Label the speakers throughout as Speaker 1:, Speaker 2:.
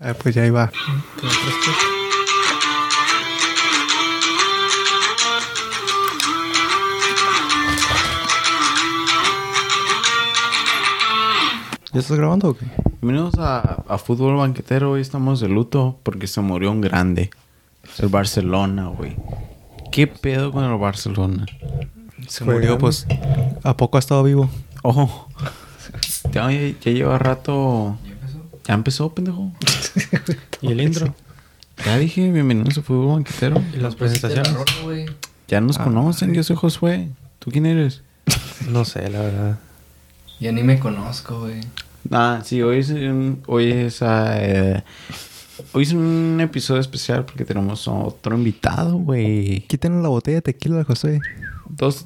Speaker 1: Ah, pues ya iba. ¿Ya estás grabando o qué?
Speaker 2: Bienvenidos a, a Fútbol Banquetero. Hoy estamos de luto porque se murió un grande. El Barcelona, güey. ¿Qué pedo con el Barcelona? Se
Speaker 1: Fue
Speaker 2: murió,
Speaker 1: grande.
Speaker 2: pues.
Speaker 1: ¿A poco ha estado vivo?
Speaker 2: Ojo. Ya, ya lleva rato. ¿Ya empezó? ¿Ya empezó, pendejo?
Speaker 3: Y el intro.
Speaker 2: Ya dije, bienvenidos a Fútbol Banquetero.
Speaker 3: Y las
Speaker 4: Pues
Speaker 3: presentaciones.
Speaker 2: Ya nos conocen, yo soy Josué. ¿Tú quién eres?
Speaker 3: No sé, la verdad.
Speaker 4: Ya ni me conozco, güey.
Speaker 2: Ah, sí, hoy es un, hoy es, ah, eh, hoy es un episodio especial porque tenemos otro invitado, güey.
Speaker 1: Quítenle la botella de tequila, José.
Speaker 2: Dos,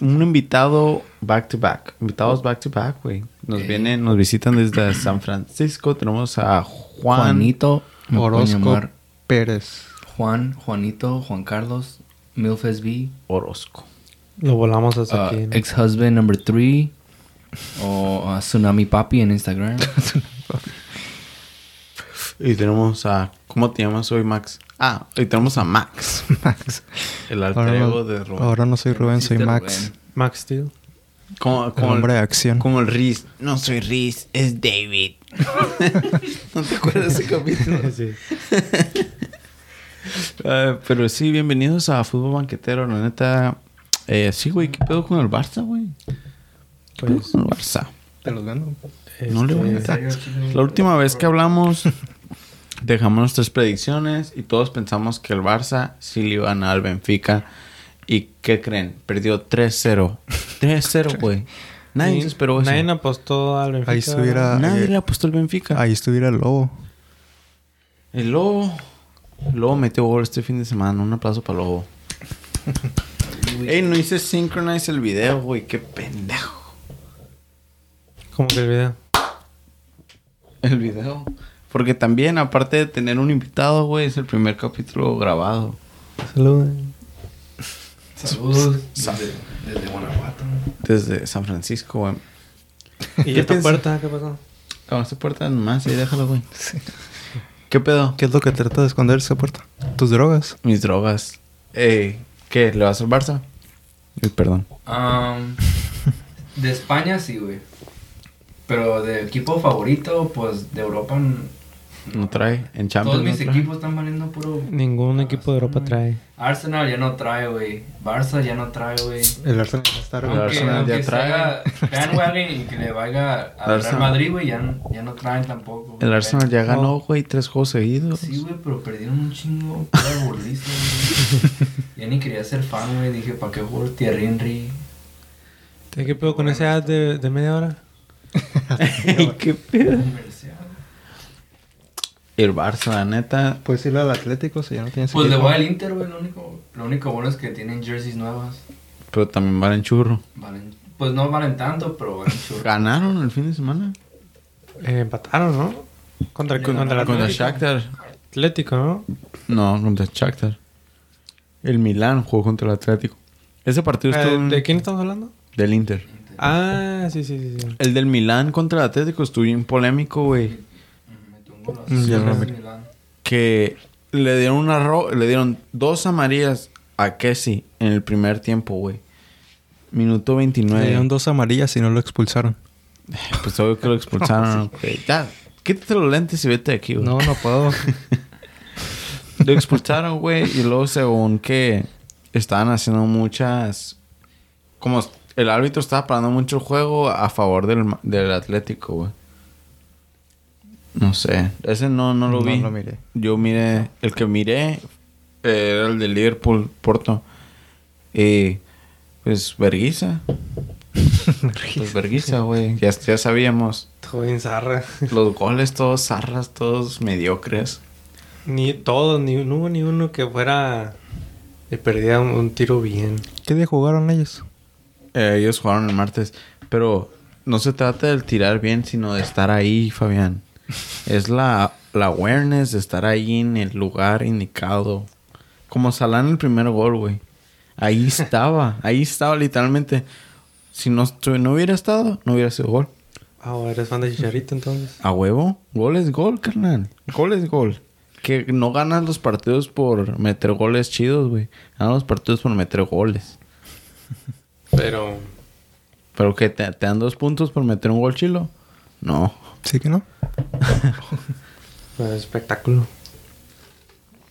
Speaker 2: un invitado back to back. Invitados back to back, güey. Nos vienen, nos visitan desde San Francisco. Tenemos a Juan.
Speaker 4: Juanito. me pueden
Speaker 1: Orozco
Speaker 4: llamar
Speaker 1: Pérez.
Speaker 4: Juan, Juanito, Juan Carlos, Milfes B,
Speaker 2: Orozco.
Speaker 3: Lo volamos
Speaker 1: Pues Ah,
Speaker 3: hasta aquí. ¿no?
Speaker 4: ex husband number three, o uh, Tsunami Papi en Instagram.
Speaker 2: Y tenemos a. ¿Cómo te llamas hoy, Max? Ah, y tenemos a Max.
Speaker 1: Max.
Speaker 2: El alter
Speaker 1: Ahora
Speaker 2: ego
Speaker 1: no,
Speaker 2: de Rubén.
Speaker 1: ahora no soy Rubén, soy
Speaker 4: Existe
Speaker 1: Max.
Speaker 4: Rubén.
Speaker 3: Max Steel.
Speaker 2: Como,
Speaker 1: El
Speaker 2: como,
Speaker 1: hombre de acción.
Speaker 2: como el Riz. No soy Riz, es David. ¿No te acuerdas de ese capítulo?
Speaker 3: sí.
Speaker 2: Eh, pero sí, bienvenidos a Fútbol Banquetero, la neta. Eh, sí, güey, ¿qué pedo con el Barça, güey? ¿Qué pedo
Speaker 3: Pues,
Speaker 2: con el Barça?
Speaker 1: Te los gano.
Speaker 2: No le voy a
Speaker 3: este,
Speaker 2: quitar. La última vez que hablamos, dejamos nuestras predicciones y todos pensamos que el Barça sí le iba a ganar al Benfica. ¿Y qué creen? Perdió 3-0. 3-0, güey. Nadie se esperó eso.
Speaker 3: Nadie apostó al Benfica.
Speaker 1: Ahí estuviera- eh,
Speaker 2: Nadie le apostó al Benfica.
Speaker 1: Ahí estuviera el lobo.
Speaker 2: El Lobo. El Lobo metió gol este fin de semana. Un aplauso para el Lobo. Ey, no hice synchronize el video, güey. Qué pendejo.
Speaker 3: Como que el video.
Speaker 2: El video. Porque también, aparte de tener un invitado, güey, es el primer capítulo grabado.
Speaker 3: Saluden.
Speaker 4: Saludos. Desde, desde Guanajuato.
Speaker 2: Desde San Francisco, güey.
Speaker 3: ¿Y esta
Speaker 2: piensas?
Speaker 3: puerta qué pasó?
Speaker 2: No, esta puerta nomás, ahí déjalo, güey. ¿Qué pedo?
Speaker 1: ¿Qué es lo que trata de esconder esa puerta? Tus drogas.
Speaker 2: Mis drogas. Ey, ¿qué? ¿Le vas al Barça? Uy, perdón.
Speaker 4: Um, de España sí, güey. Pero de equipo favorito, pues de Europa. n-
Speaker 2: No trae. En Champions.
Speaker 4: Todos mis
Speaker 2: no trae.
Speaker 4: equipos están valiendo puro.
Speaker 3: Ningún equipo de Europa trae.
Speaker 4: Arsenal ya no trae, güey. Barça ya no trae, güey.
Speaker 1: El Arsenal está
Speaker 2: El
Speaker 4: Aunque,
Speaker 2: Arsenal
Speaker 4: aunque
Speaker 2: ya trae.
Speaker 4: sea bandwagon y que le vaya a
Speaker 2: Arsenal.
Speaker 4: Real Madrid, güey, ya, no- ya no traen tampoco. güey.
Speaker 2: El Arsenal ya ganó, güey, tres juegos seguidos.
Speaker 4: Sí, güey, pero perdieron un chingo. Era burlizo, güey. Ya ni quería ser fan, güey. Dije, ¿para qué jugar Thierry Henry?
Speaker 3: Ah. ¿Qué qué pedo con ese ad de, de media hora?
Speaker 2: Ey, ¿Qué pedo?
Speaker 4: Comercial.
Speaker 2: El Barça, la neta.
Speaker 1: Puedes ir al Atlético si ya no tienes
Speaker 4: Pues le
Speaker 1: equipo.
Speaker 4: voy al Inter, güey. Lo único, lo único bueno es que tienen jerseys nuevas.
Speaker 2: Pero también valen churro.
Speaker 4: Valen- pues no valen tanto, pero valen churro.
Speaker 2: Ganaron el fin de semana.
Speaker 3: Eh, empataron, ¿no? Contra, el-
Speaker 4: Le
Speaker 3: contra, el
Speaker 4: ganaron
Speaker 2: Contra
Speaker 4: Atlético.
Speaker 2: Shakhtar.
Speaker 3: Atlético, ¿no?
Speaker 2: No, contra Shakhtar. El Milán jugó contra el Atlético. Ese partido
Speaker 3: Eh,
Speaker 2: estuvo en-
Speaker 3: ¿De quién estamos hablando?
Speaker 2: del Inter.
Speaker 3: Ah, sí, sí, sí. sí.
Speaker 2: El del Milán contra el Atlético estuvo bien polémico, güey.
Speaker 4: Me tumbó las
Speaker 2: Mm, Ya no me-
Speaker 4: Milán.
Speaker 2: Que le dieron una ro- le dieron dos amarillas a Kessi en el primer tiempo, güey. Minuto
Speaker 1: Le
Speaker 2: 29.
Speaker 1: dieron dos amarillas y no lo expulsaron.
Speaker 2: Pues obvio que lo expulsaron. güey. Ya, quítate los lentes y vete de aquí, güey.
Speaker 1: No, no puedo.
Speaker 2: Lo expulsaron, güey. Y luego, según que estaban haciendo muchas. Como el árbitro estaba parando mucho el juego a favor del, ma- del Atlético, güey. No sé. Ese no, no lo
Speaker 1: No
Speaker 2: vi.
Speaker 1: lo miré.
Speaker 2: Yo miré. El que miré eh, era el de Liverpool, Porto. Y. Pues, verguiza. Pues, verguiza, güey. Ya, ya sabíamos.
Speaker 3: Estuvo bien zarra.
Speaker 2: Los goles, todos zarras, todos mediocres.
Speaker 3: Ni todos, ni, no hubo ni uno que fuera. Le perdía un, un tiro bien.
Speaker 1: ¿Qué día jugaron ellos?
Speaker 2: Eh, ellos jugaron el martes. Pero no se trata del tirar bien, sino de estar ahí, Fabián. Es la, la awareness de estar ahí en el lugar indicado. Como Salah en el primer gol, güey. Ahí estaba, ahí estaba literalmente. Si no, estu- no hubiera estado, no hubiera sido gol.
Speaker 3: Ah, oh, eres fan de Chicharito entonces.
Speaker 2: A huevo. Gol es gol, carnal. Gol es gol. Que no ganas los partidos por meter goles chidos, güey. Ganas los partidos por meter goles.
Speaker 3: Pero.
Speaker 2: Pero que te, te dan dos puntos por meter un gol chilo. No.
Speaker 1: ¿Sí que no?
Speaker 3: pues, espectáculo.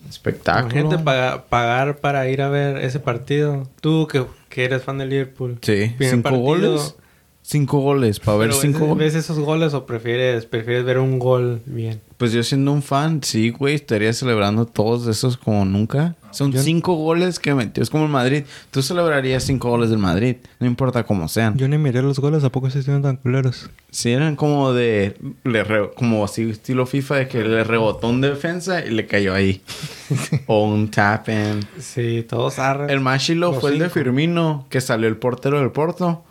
Speaker 2: Espectáculo.
Speaker 3: Gente pagar para ir a ver ese partido. Tú que, que eres fan de Liverpool.
Speaker 2: Sí.
Speaker 3: Primer
Speaker 2: Cinco
Speaker 3: partido,
Speaker 2: goles. Cinco goles. Para ver
Speaker 3: pero
Speaker 2: cinco
Speaker 3: ¿ves,
Speaker 2: goles.
Speaker 3: ¿Ves esos goles o prefieres, prefieres ver un gol bien?
Speaker 2: Pues yo siendo un fan, sí, güey, estaría celebrando todos esos como nunca. Son cinco goles que metió. Es como el Madrid. Tú celebrarías cinco goles del Madrid. No importa cómo sean.
Speaker 1: Yo ni miré los goles, ¿a poco se estuvieron tan culeros?
Speaker 2: Si eran como de... le re- como así estilo FIFA de que le rebotó un defensa y le cayó ahí. o un tap in.
Speaker 3: Sí, todos arran.
Speaker 2: El más chilo
Speaker 3: Los
Speaker 2: fue el de
Speaker 3: cinco.
Speaker 2: Firmino, que salió el portero del Porto.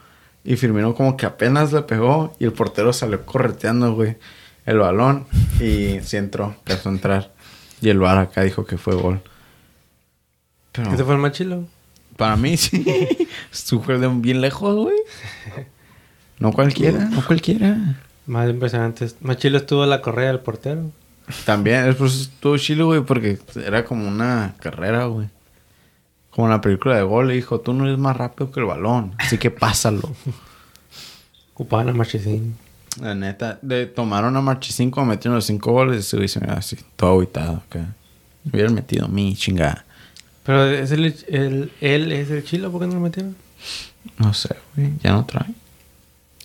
Speaker 2: Y Firmino como que apenas le pegó y el portero salió correteando, güey, el balón. Y sí entró, empezó a entrar. Y el VAR acá dijo que fue gol. Pero
Speaker 3: Ese fue el más chilo.
Speaker 2: para mí sí, estuvo de bien lejos, güey. No cualquiera, no cualquiera.
Speaker 3: Más impresionante. Más chilo estuvo la correa del portero.
Speaker 2: También, es por eso estuvo chilo, güey, porque era como una carrera, güey. Como en la película de gol, le dijo, tú no eres más rápido que el balón, así que pásalo.
Speaker 3: Ocupaban a Marchesín.
Speaker 2: La neta, de, tomaron a Marchesín como metieron los cinco goles y se hubiesen así, todo aguitado acá. Hubieran metido mi chingada.
Speaker 3: Pero es el, el- él es el chilo, ¿por qué no lo metieron?
Speaker 2: No sé, güey, ya no trae.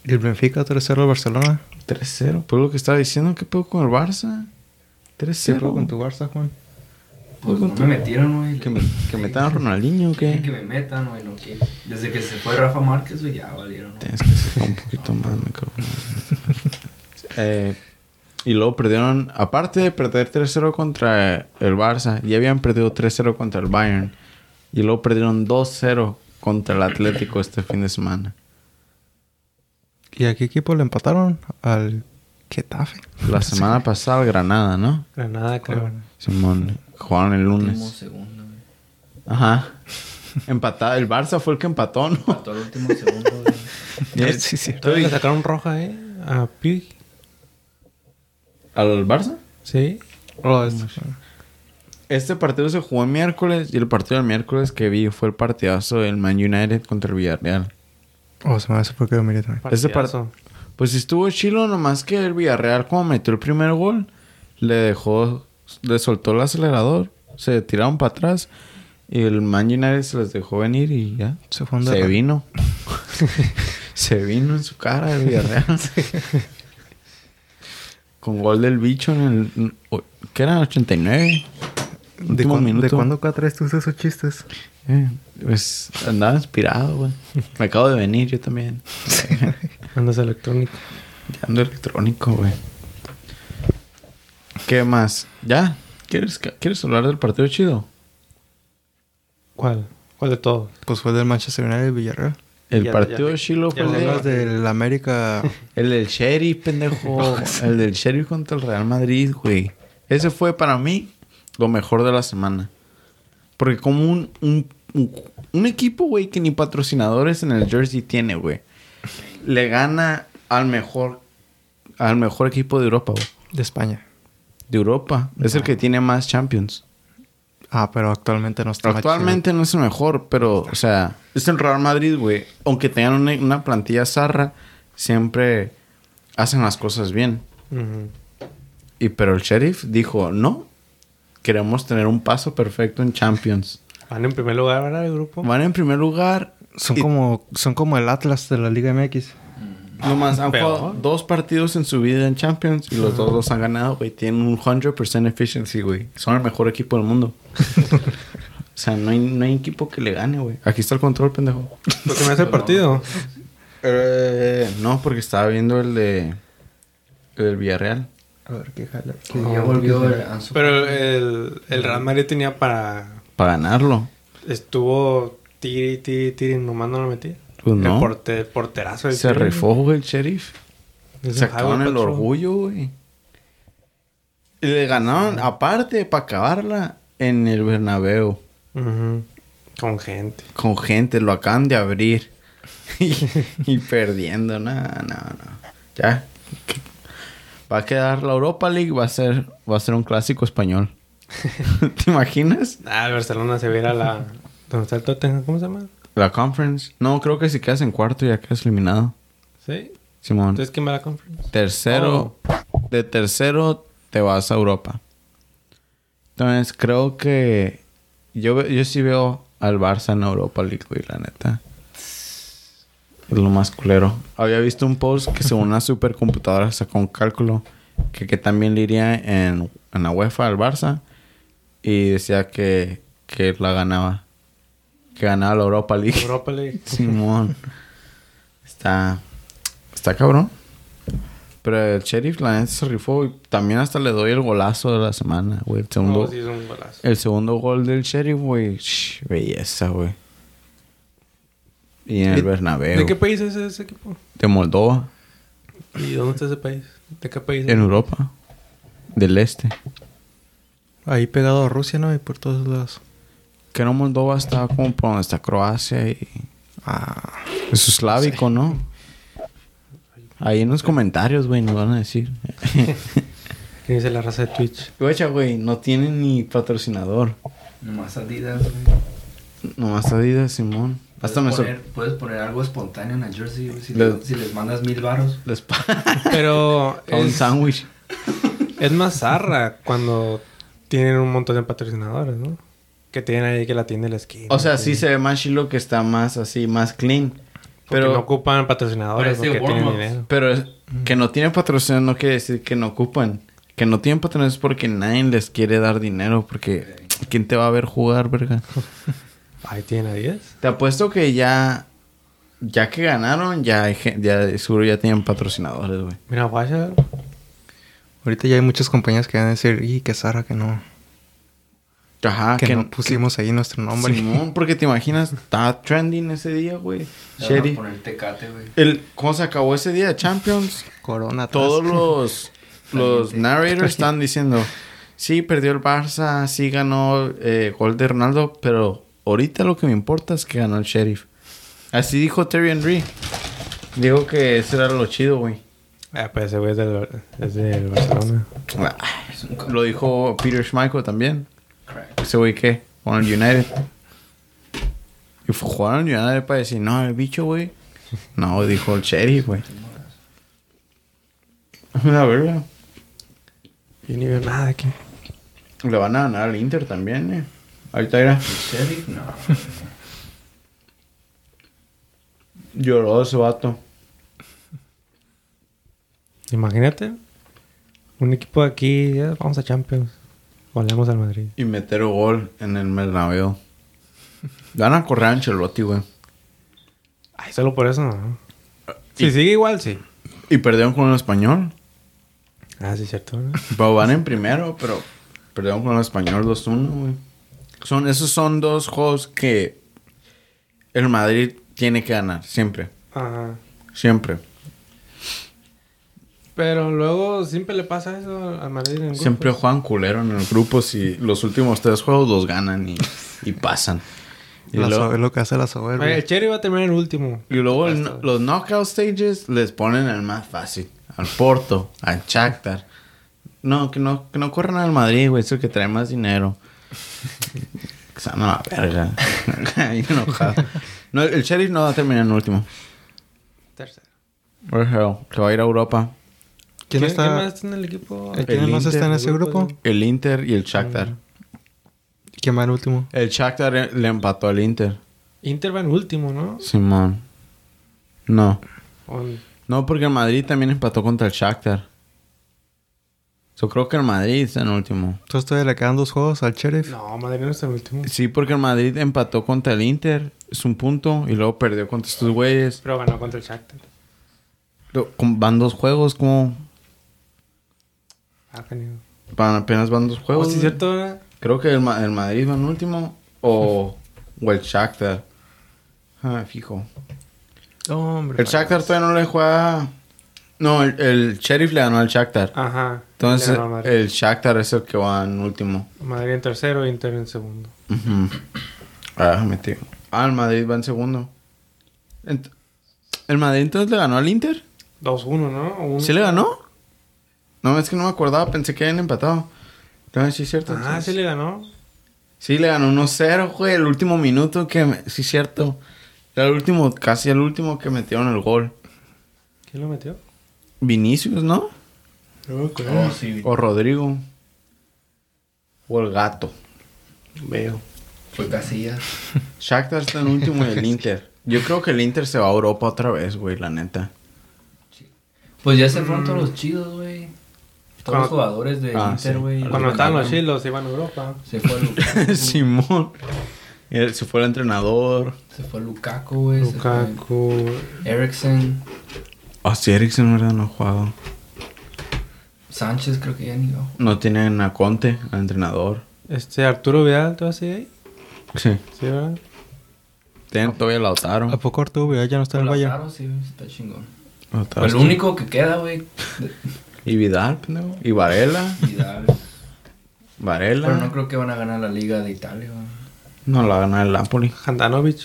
Speaker 1: ¿Y el Benfica 3-0 al Barcelona?
Speaker 2: 3-0, pues lo que estaba diciendo, ¿qué pedo con el Barça? 3-0.
Speaker 1: Siempre con tu Barça, Juan.
Speaker 4: Pues no me metieron, güey.
Speaker 2: Que, me, que metan a Ronaldinho, ¿o
Speaker 4: Quieren que
Speaker 2: qué?
Speaker 4: me metan, güey, no quieren. Desde que se fue Rafa Márquez, güey, ya valieron. güey.
Speaker 2: Tienes que sacar un poquito más el micrófono. Eh, y luego perdieron, aparte de perder 3-0 contra el Barça, ya habían perdido 3-0 contra el Bayern. Y luego perdieron 2-0 contra el Atlético este fin de semana.
Speaker 1: ¿Y a qué equipo le empataron? Al Getafe.
Speaker 2: La semana pasada el Granada, ¿no?
Speaker 3: Granada, creo.
Speaker 2: Simón, jugaron el
Speaker 4: Último
Speaker 2: lunes.
Speaker 4: segundo, güey.
Speaker 2: Ajá. Empatado. El Barça fue el que empató, ¿no?
Speaker 4: Mató al último segundo, güey.
Speaker 1: Sí, sí.
Speaker 3: Todavía le sacaron roja, ¿eh? A Puig.
Speaker 2: ¿Al Barça?
Speaker 3: Sí.
Speaker 1: Oh,
Speaker 2: Este partido se jugó el miércoles y el partido del miércoles que vi fue el partidazo del Man United contra el Villarreal.
Speaker 1: Oh, se me hace porque lo miré también.
Speaker 2: Ese
Speaker 3: Partidazo.
Speaker 2: Pues estuvo chilo, nomás que el Villarreal, como metió el primer gol, le dejó, le soltó el acelerador, se tiraron para atrás y el Man United se les dejó venir y ya.
Speaker 1: Se fue un
Speaker 2: Se
Speaker 1: derro-
Speaker 2: vino. se vino en su cara el Villarreal. Con gol del bicho en el. o- ¿Qué era? 89.
Speaker 1: ¿De,
Speaker 2: Último
Speaker 1: cuán- de
Speaker 2: minuto.
Speaker 1: cuándo acá traes tú esos chistes?
Speaker 2: Eh, pues andaba inspirado, güey. Me acabo de venir yo también.
Speaker 3: Andas electrónico.
Speaker 2: Ya Ando electrónico, güey. ¿Qué más? ¿Ya? ¿Quieres, ¿Quieres hablar del partido chido?
Speaker 3: ¿Cuál? ¿Cuál de todos?
Speaker 1: Pues fue del Manchester United y Villarreal.
Speaker 2: El
Speaker 3: Ya,
Speaker 2: partido
Speaker 3: ya.
Speaker 2: chilo
Speaker 3: Ya
Speaker 2: fue el,
Speaker 3: sé.
Speaker 1: Los
Speaker 2: de-
Speaker 1: del América.
Speaker 2: el del Sheriff, pendejo. el del Sheriff contra el Real Madrid, güey. Ese fue para mí lo mejor de la semana. Porque como un, un, un- un equipo, güey, que ni patrocinadores en el jersey tiene, güey. Le gana al mejor, al mejor equipo de Europa, güey.
Speaker 1: de España.
Speaker 2: De Europa. Es el que tiene más Champions.
Speaker 1: Ah, pero actualmente no está más chido.
Speaker 2: Actualmente no es el mejor, pero, o sea, es el Real Madrid, güey. Aunque tengan una, una plantilla zarra, siempre hacen las cosas bien.
Speaker 3: Ujú.
Speaker 2: Y pero el sheriff dijo, no, queremos tener un paso perfecto en Champions.
Speaker 3: Van Ah, en primer lugar, ¿verdad? El grupo.
Speaker 2: Van en primer lugar,
Speaker 1: Son
Speaker 2: Y-
Speaker 1: como, son como el Atlas de la Liga MX.
Speaker 2: nomás han
Speaker 3: Peor.
Speaker 2: jugado dos partidos en su vida en Champions y los dos los han ganado, güey. Tienen un 100% efficiency, güey. Son el mejor equipo del mundo. o sea, no hay, no hay equipo que le gane, güey. Aquí está el control, pendejo.
Speaker 3: Lo que me hace el partido.
Speaker 2: Eh, no, porque estaba viendo el de. El del Villarreal.
Speaker 1: A ver, qué jala.
Speaker 4: Que ya volvió el Ansu.
Speaker 3: Pero el, el Real Madrid tenía para.
Speaker 2: Para ganarlo.
Speaker 3: Estuvo tiri, tiri, tiri. Nomás no lo metía.
Speaker 2: Pues no.
Speaker 3: El porte- porterazo. del
Speaker 2: Se
Speaker 3: Tigre.
Speaker 2: rifó, güey, el sheriff.
Speaker 3: Es un
Speaker 2: Sacaron
Speaker 3: highway
Speaker 2: el
Speaker 3: patrol.
Speaker 2: orgullo, güey. Y le ganaron, aparte, para acabarla, en el Bernabéu.
Speaker 3: Ujú. Con gente.
Speaker 2: Con gente, lo acaban de abrir. y, y perdiendo, nada, nada, nada. Ya. Va a quedar la Europa League, va a ser, va a ser un clásico español. ¿Te imaginas?
Speaker 3: Ah, el Barcelona se viera la. ¿Dónde está el Tottenham? ¿Cómo se llama?
Speaker 2: La conference. No, creo que si quedas en cuarto ya quedas eliminado.
Speaker 3: Sí.
Speaker 2: Simón.
Speaker 3: Entonces, ¿quién va a la conference?
Speaker 2: tercero. De tercero te vas a Europa. Entonces creo que yo, ve- yo sí veo al Barça en Europa League, güey, la neta. Es lo más culero. Había visto un post que según una supercomputadora sacó un cálculo que, que también le iría en, en la UEFA al Barça. Y decía que, que la ganaba. Que ganaba la Europa League.
Speaker 3: Europa League.
Speaker 2: Simón. Está. Está cabrón. Pero el sheriff, la neta, se rifó. Y también hasta le doy el golazo de la semana, güey. El segundo,
Speaker 3: No, Oh, sí, es un golazo.
Speaker 2: el segundo gol del sheriff, güey. shh, Belleza, güey. Y en el
Speaker 3: ¿De-
Speaker 2: Bernabéu.
Speaker 3: ¿De
Speaker 2: ¿De,
Speaker 3: qué país es ese equipo?
Speaker 2: Moldova.
Speaker 3: ¿Y dónde está ese país? ¿De qué país? es?
Speaker 2: En Europa. Del este.
Speaker 1: Ahí pegado a Rusia, ¿no? Y por todos lados.
Speaker 2: Que no Moldova está como por donde está Croacia y...
Speaker 1: Ah.
Speaker 2: Eso es eslávico, ¿no? Ahí en los comentarios, güey, nos van a decir.
Speaker 3: ¿Qué dice la raza de Twitch?
Speaker 2: Guacha, güey, no tiene ni patrocinador.
Speaker 4: Nomás Adidas, güey.
Speaker 2: Nomás Adidas, Simón. Hasta me
Speaker 4: puedes,
Speaker 2: sor...
Speaker 4: poner, puedes poner algo espontáneo en la jersey, güey, Si,
Speaker 2: Le-
Speaker 4: le- si les mandas mil varos.
Speaker 2: les pa-
Speaker 3: Pero
Speaker 2: a un
Speaker 3: es,
Speaker 2: sándwich.
Speaker 3: es más zarra cuando tienen un montón de patrocinadores, ¿no? Que tienen ahí que la tienda de la esquina.
Speaker 2: O sea, sí
Speaker 3: que-
Speaker 2: se ve más chilo que está más así, más clean.
Speaker 3: porque
Speaker 2: Pero,
Speaker 3: no ocupan patrocinadores
Speaker 4: Parece
Speaker 3: porque tienen
Speaker 4: warm-ups.
Speaker 3: dinero.
Speaker 2: pero es- que no tiene patrocinio no quiere decir que no ocupan. Que no tienen patrocinio es porque nadie les quiere dar dinero. Porque, ¿quién te va a ver jugar, verga?
Speaker 3: Ahí tienen a 10.
Speaker 2: Te apuesto que ya... Ya que ganaron, ya, hay gen- ya seguro ya tienen patrocinadores, güey.
Speaker 3: Mira, Guaya.
Speaker 1: Ahorita ya hay muchas compañías que van a decir, y qué Sara que no.
Speaker 2: Ajá,
Speaker 1: que,
Speaker 2: Ah, que,
Speaker 1: no pusimos ahí nuestro nombre.
Speaker 2: Simón, porque te imaginas, está trending ese día, güey.
Speaker 4: Le van a
Speaker 2: Sherry.
Speaker 4: poner tecate, güey.
Speaker 2: El, ¿Cómo se acabó ese día de Champions?
Speaker 1: Corona. atrás.
Speaker 2: Todos los, los narrators están diciendo, sí, perdió el Barça, sí ganó eh, gol de Ronaldo, pero ahorita lo que me importa es que ganó el Sheriff. Así dijo Terry Henry. Digo que eso era lo chido, güey.
Speaker 3: Ah, pues ese güey es del, es del Barcelona.
Speaker 4: Es un co-
Speaker 2: Lo dijo Peter Schmeichel también.
Speaker 4: crack.
Speaker 2: Ese güey que con el United. Y fue- jugaron United para decir, no, el bicho, güey. No, dijo el sheriff, güey. La verga.
Speaker 3: Yo ni veo nada aquí.
Speaker 2: Le van a ganar al Inter también, eh. Ahorita era.
Speaker 4: Sheriff, no.
Speaker 2: Lloró ese vato.
Speaker 3: Imagínate. Un equipo de aquí, ya, vamos a Champions. Volvemos al Madrid.
Speaker 2: Y meter un gol en el Bernabéu. Le Van a correr a Ancelotti, güey.
Speaker 3: Ay, solo por eso no. Si sigue igual, sí.
Speaker 2: Y perdieron con el español.
Speaker 3: Ah, sí, cierto. ¿no?
Speaker 2: Pero van en primero, pero perdieron con el español 2-1, güey. Son, esos son dos juegos que el Madrid tiene que ganar. Siempre.
Speaker 3: Ajá.
Speaker 2: Siempre.
Speaker 3: Pero luego siempre le pasa eso al Madrid en grupos.
Speaker 2: Siempre juegan culero en el grupo si los últimos tres juegos los ganan y, y pasan. Y
Speaker 1: La
Speaker 2: luego-
Speaker 1: so- es lo que hace la
Speaker 3: Oye,
Speaker 1: soberbia.
Speaker 3: El Cherry va a terminar el último.
Speaker 2: Y luego el- los knockout stages les ponen al más fácil. Al Porto, al Shakhtar. No, que no, que no corran al Madrid, güey. Es el que trae más dinero. Que se van a la verga. Bien enojado. No, el Sheriff no va a terminar en último.
Speaker 3: Tercero.
Speaker 2: Por hell. Que va a ir a Europa.
Speaker 1: ¿Quién
Speaker 3: ¿Quién-
Speaker 1: está?
Speaker 3: quién más está en el equipo?
Speaker 1: ¿Eh, ¿Quién
Speaker 2: El
Speaker 1: más está
Speaker 2: Inter,
Speaker 1: en ese
Speaker 3: el
Speaker 1: grupo?
Speaker 3: grupo,
Speaker 2: El Inter y el Shakhtar.
Speaker 1: ¿Quién va en último?
Speaker 2: El Shakhtar eh, le empató al Inter.
Speaker 3: Inter va en último, ¿no?
Speaker 2: Simón. No.
Speaker 3: O en-
Speaker 2: No, porque el Madrid también empató contra el Shakhtar. Yo creo que el Madrid está en último.
Speaker 1: Entonces todavía le quedan dos juegos al sheriff.
Speaker 3: No, Madrid no está en último.
Speaker 2: Sí, porque el Madrid empató contra el Inter, es un punto, y luego perdió contra estos güeyes.
Speaker 3: Pero ganó contra el Shakhtar.
Speaker 2: Lo- con- Van dos juegos, como.
Speaker 3: Ah, genial.
Speaker 2: Van, apenas van dos
Speaker 3: Oh,
Speaker 2: juegos.
Speaker 3: sí,
Speaker 2: güey.
Speaker 3: cierto. ¿verdad?
Speaker 2: Creo que el, Ma- el Madrid va en último, o, o el Shakhtar. Ah, fijo.
Speaker 1: hombre.
Speaker 2: El Shakhtar todavía no le juega. No, el, el Sheriff le ganó al Shakhtar.
Speaker 3: Ajá. Ah, Le
Speaker 2: Entonces,
Speaker 3: ganó a Madrid.
Speaker 2: el Shakhtar es el que va en último.
Speaker 3: Madrid en tercero, Inter en segundo.
Speaker 2: Ujú. Ah, metido. Ah, el Madrid va en segundo. Ent- ¿El Madrid entonces le ganó al Inter?
Speaker 3: 2-1, ¿no? O un-
Speaker 2: ¿Sí le ganó? No, es que no me acordaba. Pensé que habían empatado. No, sí es cierto.
Speaker 3: Ah, sí le ganó.
Speaker 2: Sí, le ganó 1-0, güey. El último minuto que... me- Sí, cierto. Era el último, casi el último que metieron el gol.
Speaker 3: ¿Quién lo metió?
Speaker 2: Vinicius, ¿no?
Speaker 4: Oh, sí.
Speaker 2: O Rodrigo. O el gato.
Speaker 3: Veo.
Speaker 4: Fue Casillas.
Speaker 2: Shakhtar está en último y el Inter. Yo creo que el Inter se va a Europa otra vez, güey, la neta.
Speaker 4: Pues ya se fueron todos los chidos, güey. Todos los
Speaker 3: Cuando-
Speaker 4: jugadores de
Speaker 2: Mm. Ah,
Speaker 4: Inter,
Speaker 2: sí.
Speaker 4: güey.
Speaker 3: Cuando estaban los chilos, se iban a Europa.
Speaker 4: Se fue Lukaku.
Speaker 2: Simón. Él se fue el entrenador.
Speaker 4: se fue Lukaku, güey. se fue
Speaker 3: Lukaku.
Speaker 4: Eriksen.
Speaker 2: Ah, sí, Eriksen verdad no ha jugado.
Speaker 4: Sánchez creo que ya ni va.
Speaker 2: No tienen a Conte, al entrenador.
Speaker 3: Este, Arturo Vidal, ¿todo así ahí?
Speaker 2: Sí.
Speaker 3: Sí, ¿verdad?
Speaker 2: Tienen todavía a Lautaro.
Speaker 1: ¿A poco Arturo Vidal ya no está en el Bayern?
Speaker 4: Lautaro, sí, güey, está chingón.
Speaker 2: Lautaro
Speaker 4: Pero el
Speaker 2: está-
Speaker 4: Pues único que queda, güey. de-
Speaker 2: Y Vidal, pendejo. Y Varela.
Speaker 4: Vidal.
Speaker 2: Varela.
Speaker 4: Pero no creo que van a ganar la Liga de Italia, güey.
Speaker 2: No la gana el Napoli.
Speaker 3: Handanovic.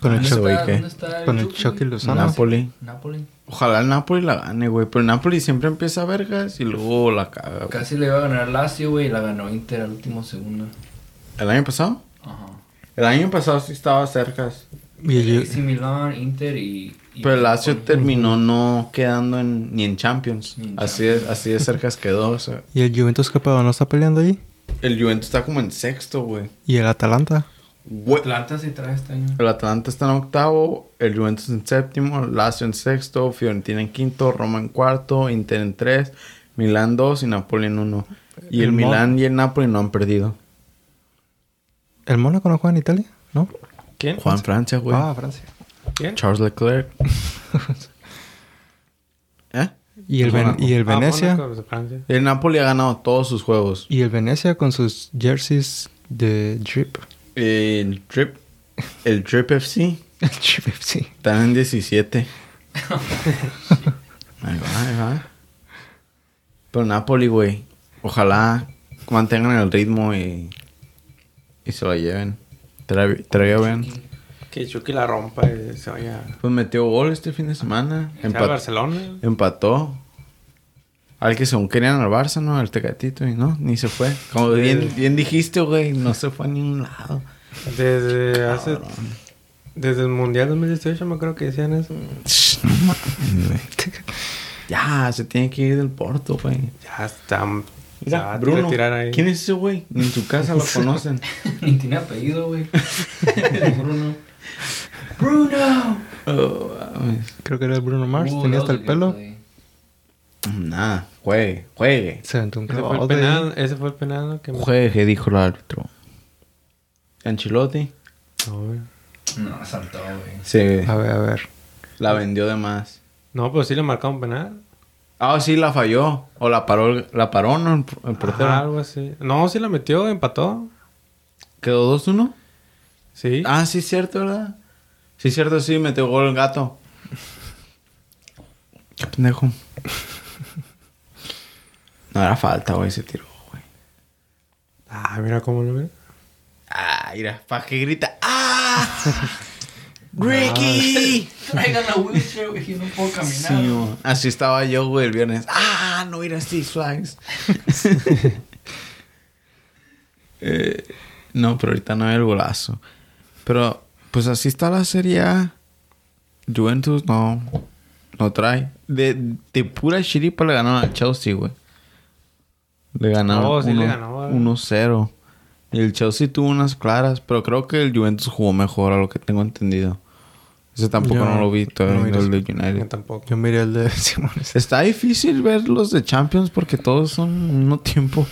Speaker 1: Con el
Speaker 4: ¿Dónde
Speaker 1: Chucky.
Speaker 2: güey,
Speaker 4: está-
Speaker 2: qué?
Speaker 4: dónde está
Speaker 1: Con el
Speaker 4: Chucky,
Speaker 1: Chucky
Speaker 4: güey?
Speaker 1: Lozano.
Speaker 2: Napoli.
Speaker 4: Napoli.
Speaker 2: Ojalá el Napoli la gane, güey. Pero el Napoli siempre empieza a vergas y luego la caga. güey.
Speaker 4: Casi le iba a ganar Lazio, güey, y la ganó Inter al último segundo.
Speaker 2: ¿El año pasado?
Speaker 4: Ajá.
Speaker 2: El año pasado sí estaba cerca.
Speaker 1: Y el-
Speaker 4: AC Milan, Inter y... y-
Speaker 2: Pero el Lazio terminó no quedando en- ni en Champions.
Speaker 4: Ni en
Speaker 2: así, De, así de cerca quedó. o sea.
Speaker 1: y el Juventus Capado no está peleando ahí.
Speaker 2: El Juventus está como en sexto, güey.
Speaker 1: Y el Atalanta.
Speaker 2: Güey,
Speaker 4: Atlanta sí trae este año.
Speaker 2: El Atalanta está en octavo, el Juventus en séptimo, Lazio en sexto, Fiorentina en quinto, Roma en cuarto, Inter en tres, Milán dos y Napoli en uno. Y el,
Speaker 1: El Mo-
Speaker 2: Milán y el Napoli no han perdido.
Speaker 1: ¿El Mónaco no juega en Italia? ¿No?
Speaker 3: ¿Quién?
Speaker 2: Juan Francia, güey.
Speaker 1: Ah, Francia.
Speaker 3: ¿Quién?
Speaker 2: Charles Leclerc. ¿Eh?
Speaker 1: Y el,
Speaker 2: El
Speaker 1: Ven-
Speaker 2: Mónaco.
Speaker 1: y el
Speaker 3: Ah,
Speaker 1: Venecia.
Speaker 3: Mónaco, de Francia.
Speaker 2: El Napoli ha ganado todos sus juegos.
Speaker 1: Y el Venecia con sus jerseys de Drip.
Speaker 2: El Trip, el Trip FC,
Speaker 1: El Drip FC.
Speaker 2: están en 17. ahí va, ahí va. Pero Napoli, güey, ojalá mantengan el ritmo y, y se lo lleven. Trae trae a Ben.
Speaker 3: Que Chucky la rompa y se vaya.
Speaker 2: Pues metió gol este fin de semana.
Speaker 3: Se va
Speaker 2: empa-
Speaker 3: a Barcelona.
Speaker 2: empató. Al que según querían al Barça, ¿no? Al Tecatito y no, ni se fue. Como bien, bien dijiste, güey, no se fue a ningún lado.
Speaker 3: Desde hace. Desde el Mundial 2018, me creo que decían eso.
Speaker 2: No mames, güey. Ya, se tiene que ir del Porto, güey.
Speaker 3: Ya está.
Speaker 2: Mira,
Speaker 3: ya va a
Speaker 2: Bruno,
Speaker 3: retirar ahí.
Speaker 2: ¿quién es ese güey? Ni en su casa lo conocen.
Speaker 4: Ni tiene apellido, güey. Bruno. ¡Bruno!
Speaker 2: Oh, mames.
Speaker 1: Creo que era el Bruno Mars.
Speaker 4: Uh,
Speaker 1: Tenía
Speaker 4: no,
Speaker 1: hasta el
Speaker 4: sí,
Speaker 1: pelo.
Speaker 4: güey.
Speaker 2: Nada, juegue, juegue.
Speaker 1: Se aventó un
Speaker 3: Ese fue, el
Speaker 1: clavado de-
Speaker 3: penal, ese fue el penal ¿no? que me...
Speaker 2: Juegue, dijo el árbitro. Ancelotti
Speaker 3: No, güey.
Speaker 4: No, saltó, güey.
Speaker 2: se
Speaker 1: A ver, a ver.
Speaker 2: la vendió de más.
Speaker 3: No, pero sí le marcaron penal.
Speaker 2: Ah, sí, la falló. O la paró, el- la paró, ¿no? El, el portero.
Speaker 3: Ajá, algo así. No, sí la metió, empató.
Speaker 2: ¿Quedó 2-1?
Speaker 3: Sí.
Speaker 2: Ah, sí, cierto, ¿verdad? Sí, cierto, sí, metió gol el gato. Qué pendejo. No era falta, güey, ese tiro, güey.
Speaker 3: Ah, mira cómo lo ve.
Speaker 2: Ah, mira, pa' que grita. ¡Ah! ¡Ricky!
Speaker 4: Traigan la wheelchair, güey. No puedo
Speaker 2: Sí,
Speaker 4: caminar.
Speaker 2: güey. así estaba yo, güey, el viernes. ¡Ah! No ir a Six Flags. Eh, no, pero ahorita no hay el golazo. Pero, pues así está la Serie A. Juventus no. No trae. De, de pura chiripa le ganaron al Chelsea, güey. Le ganaron
Speaker 3: Oh, sí le
Speaker 2: uno-
Speaker 3: ganó, eh.
Speaker 2: 1-0. Y el Chelsea tuvo unas claras, pero creo que el Juventus jugó mejor, a lo que tengo entendido. Ese tampoco
Speaker 1: Yo
Speaker 2: no lo vi todavía,
Speaker 1: no vi
Speaker 2: no el de
Speaker 3: Yo
Speaker 2: United.
Speaker 3: tampoco.
Speaker 1: Yo miré el de Simón.
Speaker 2: Está difícil ver los de Champions porque todos son uno tiempo.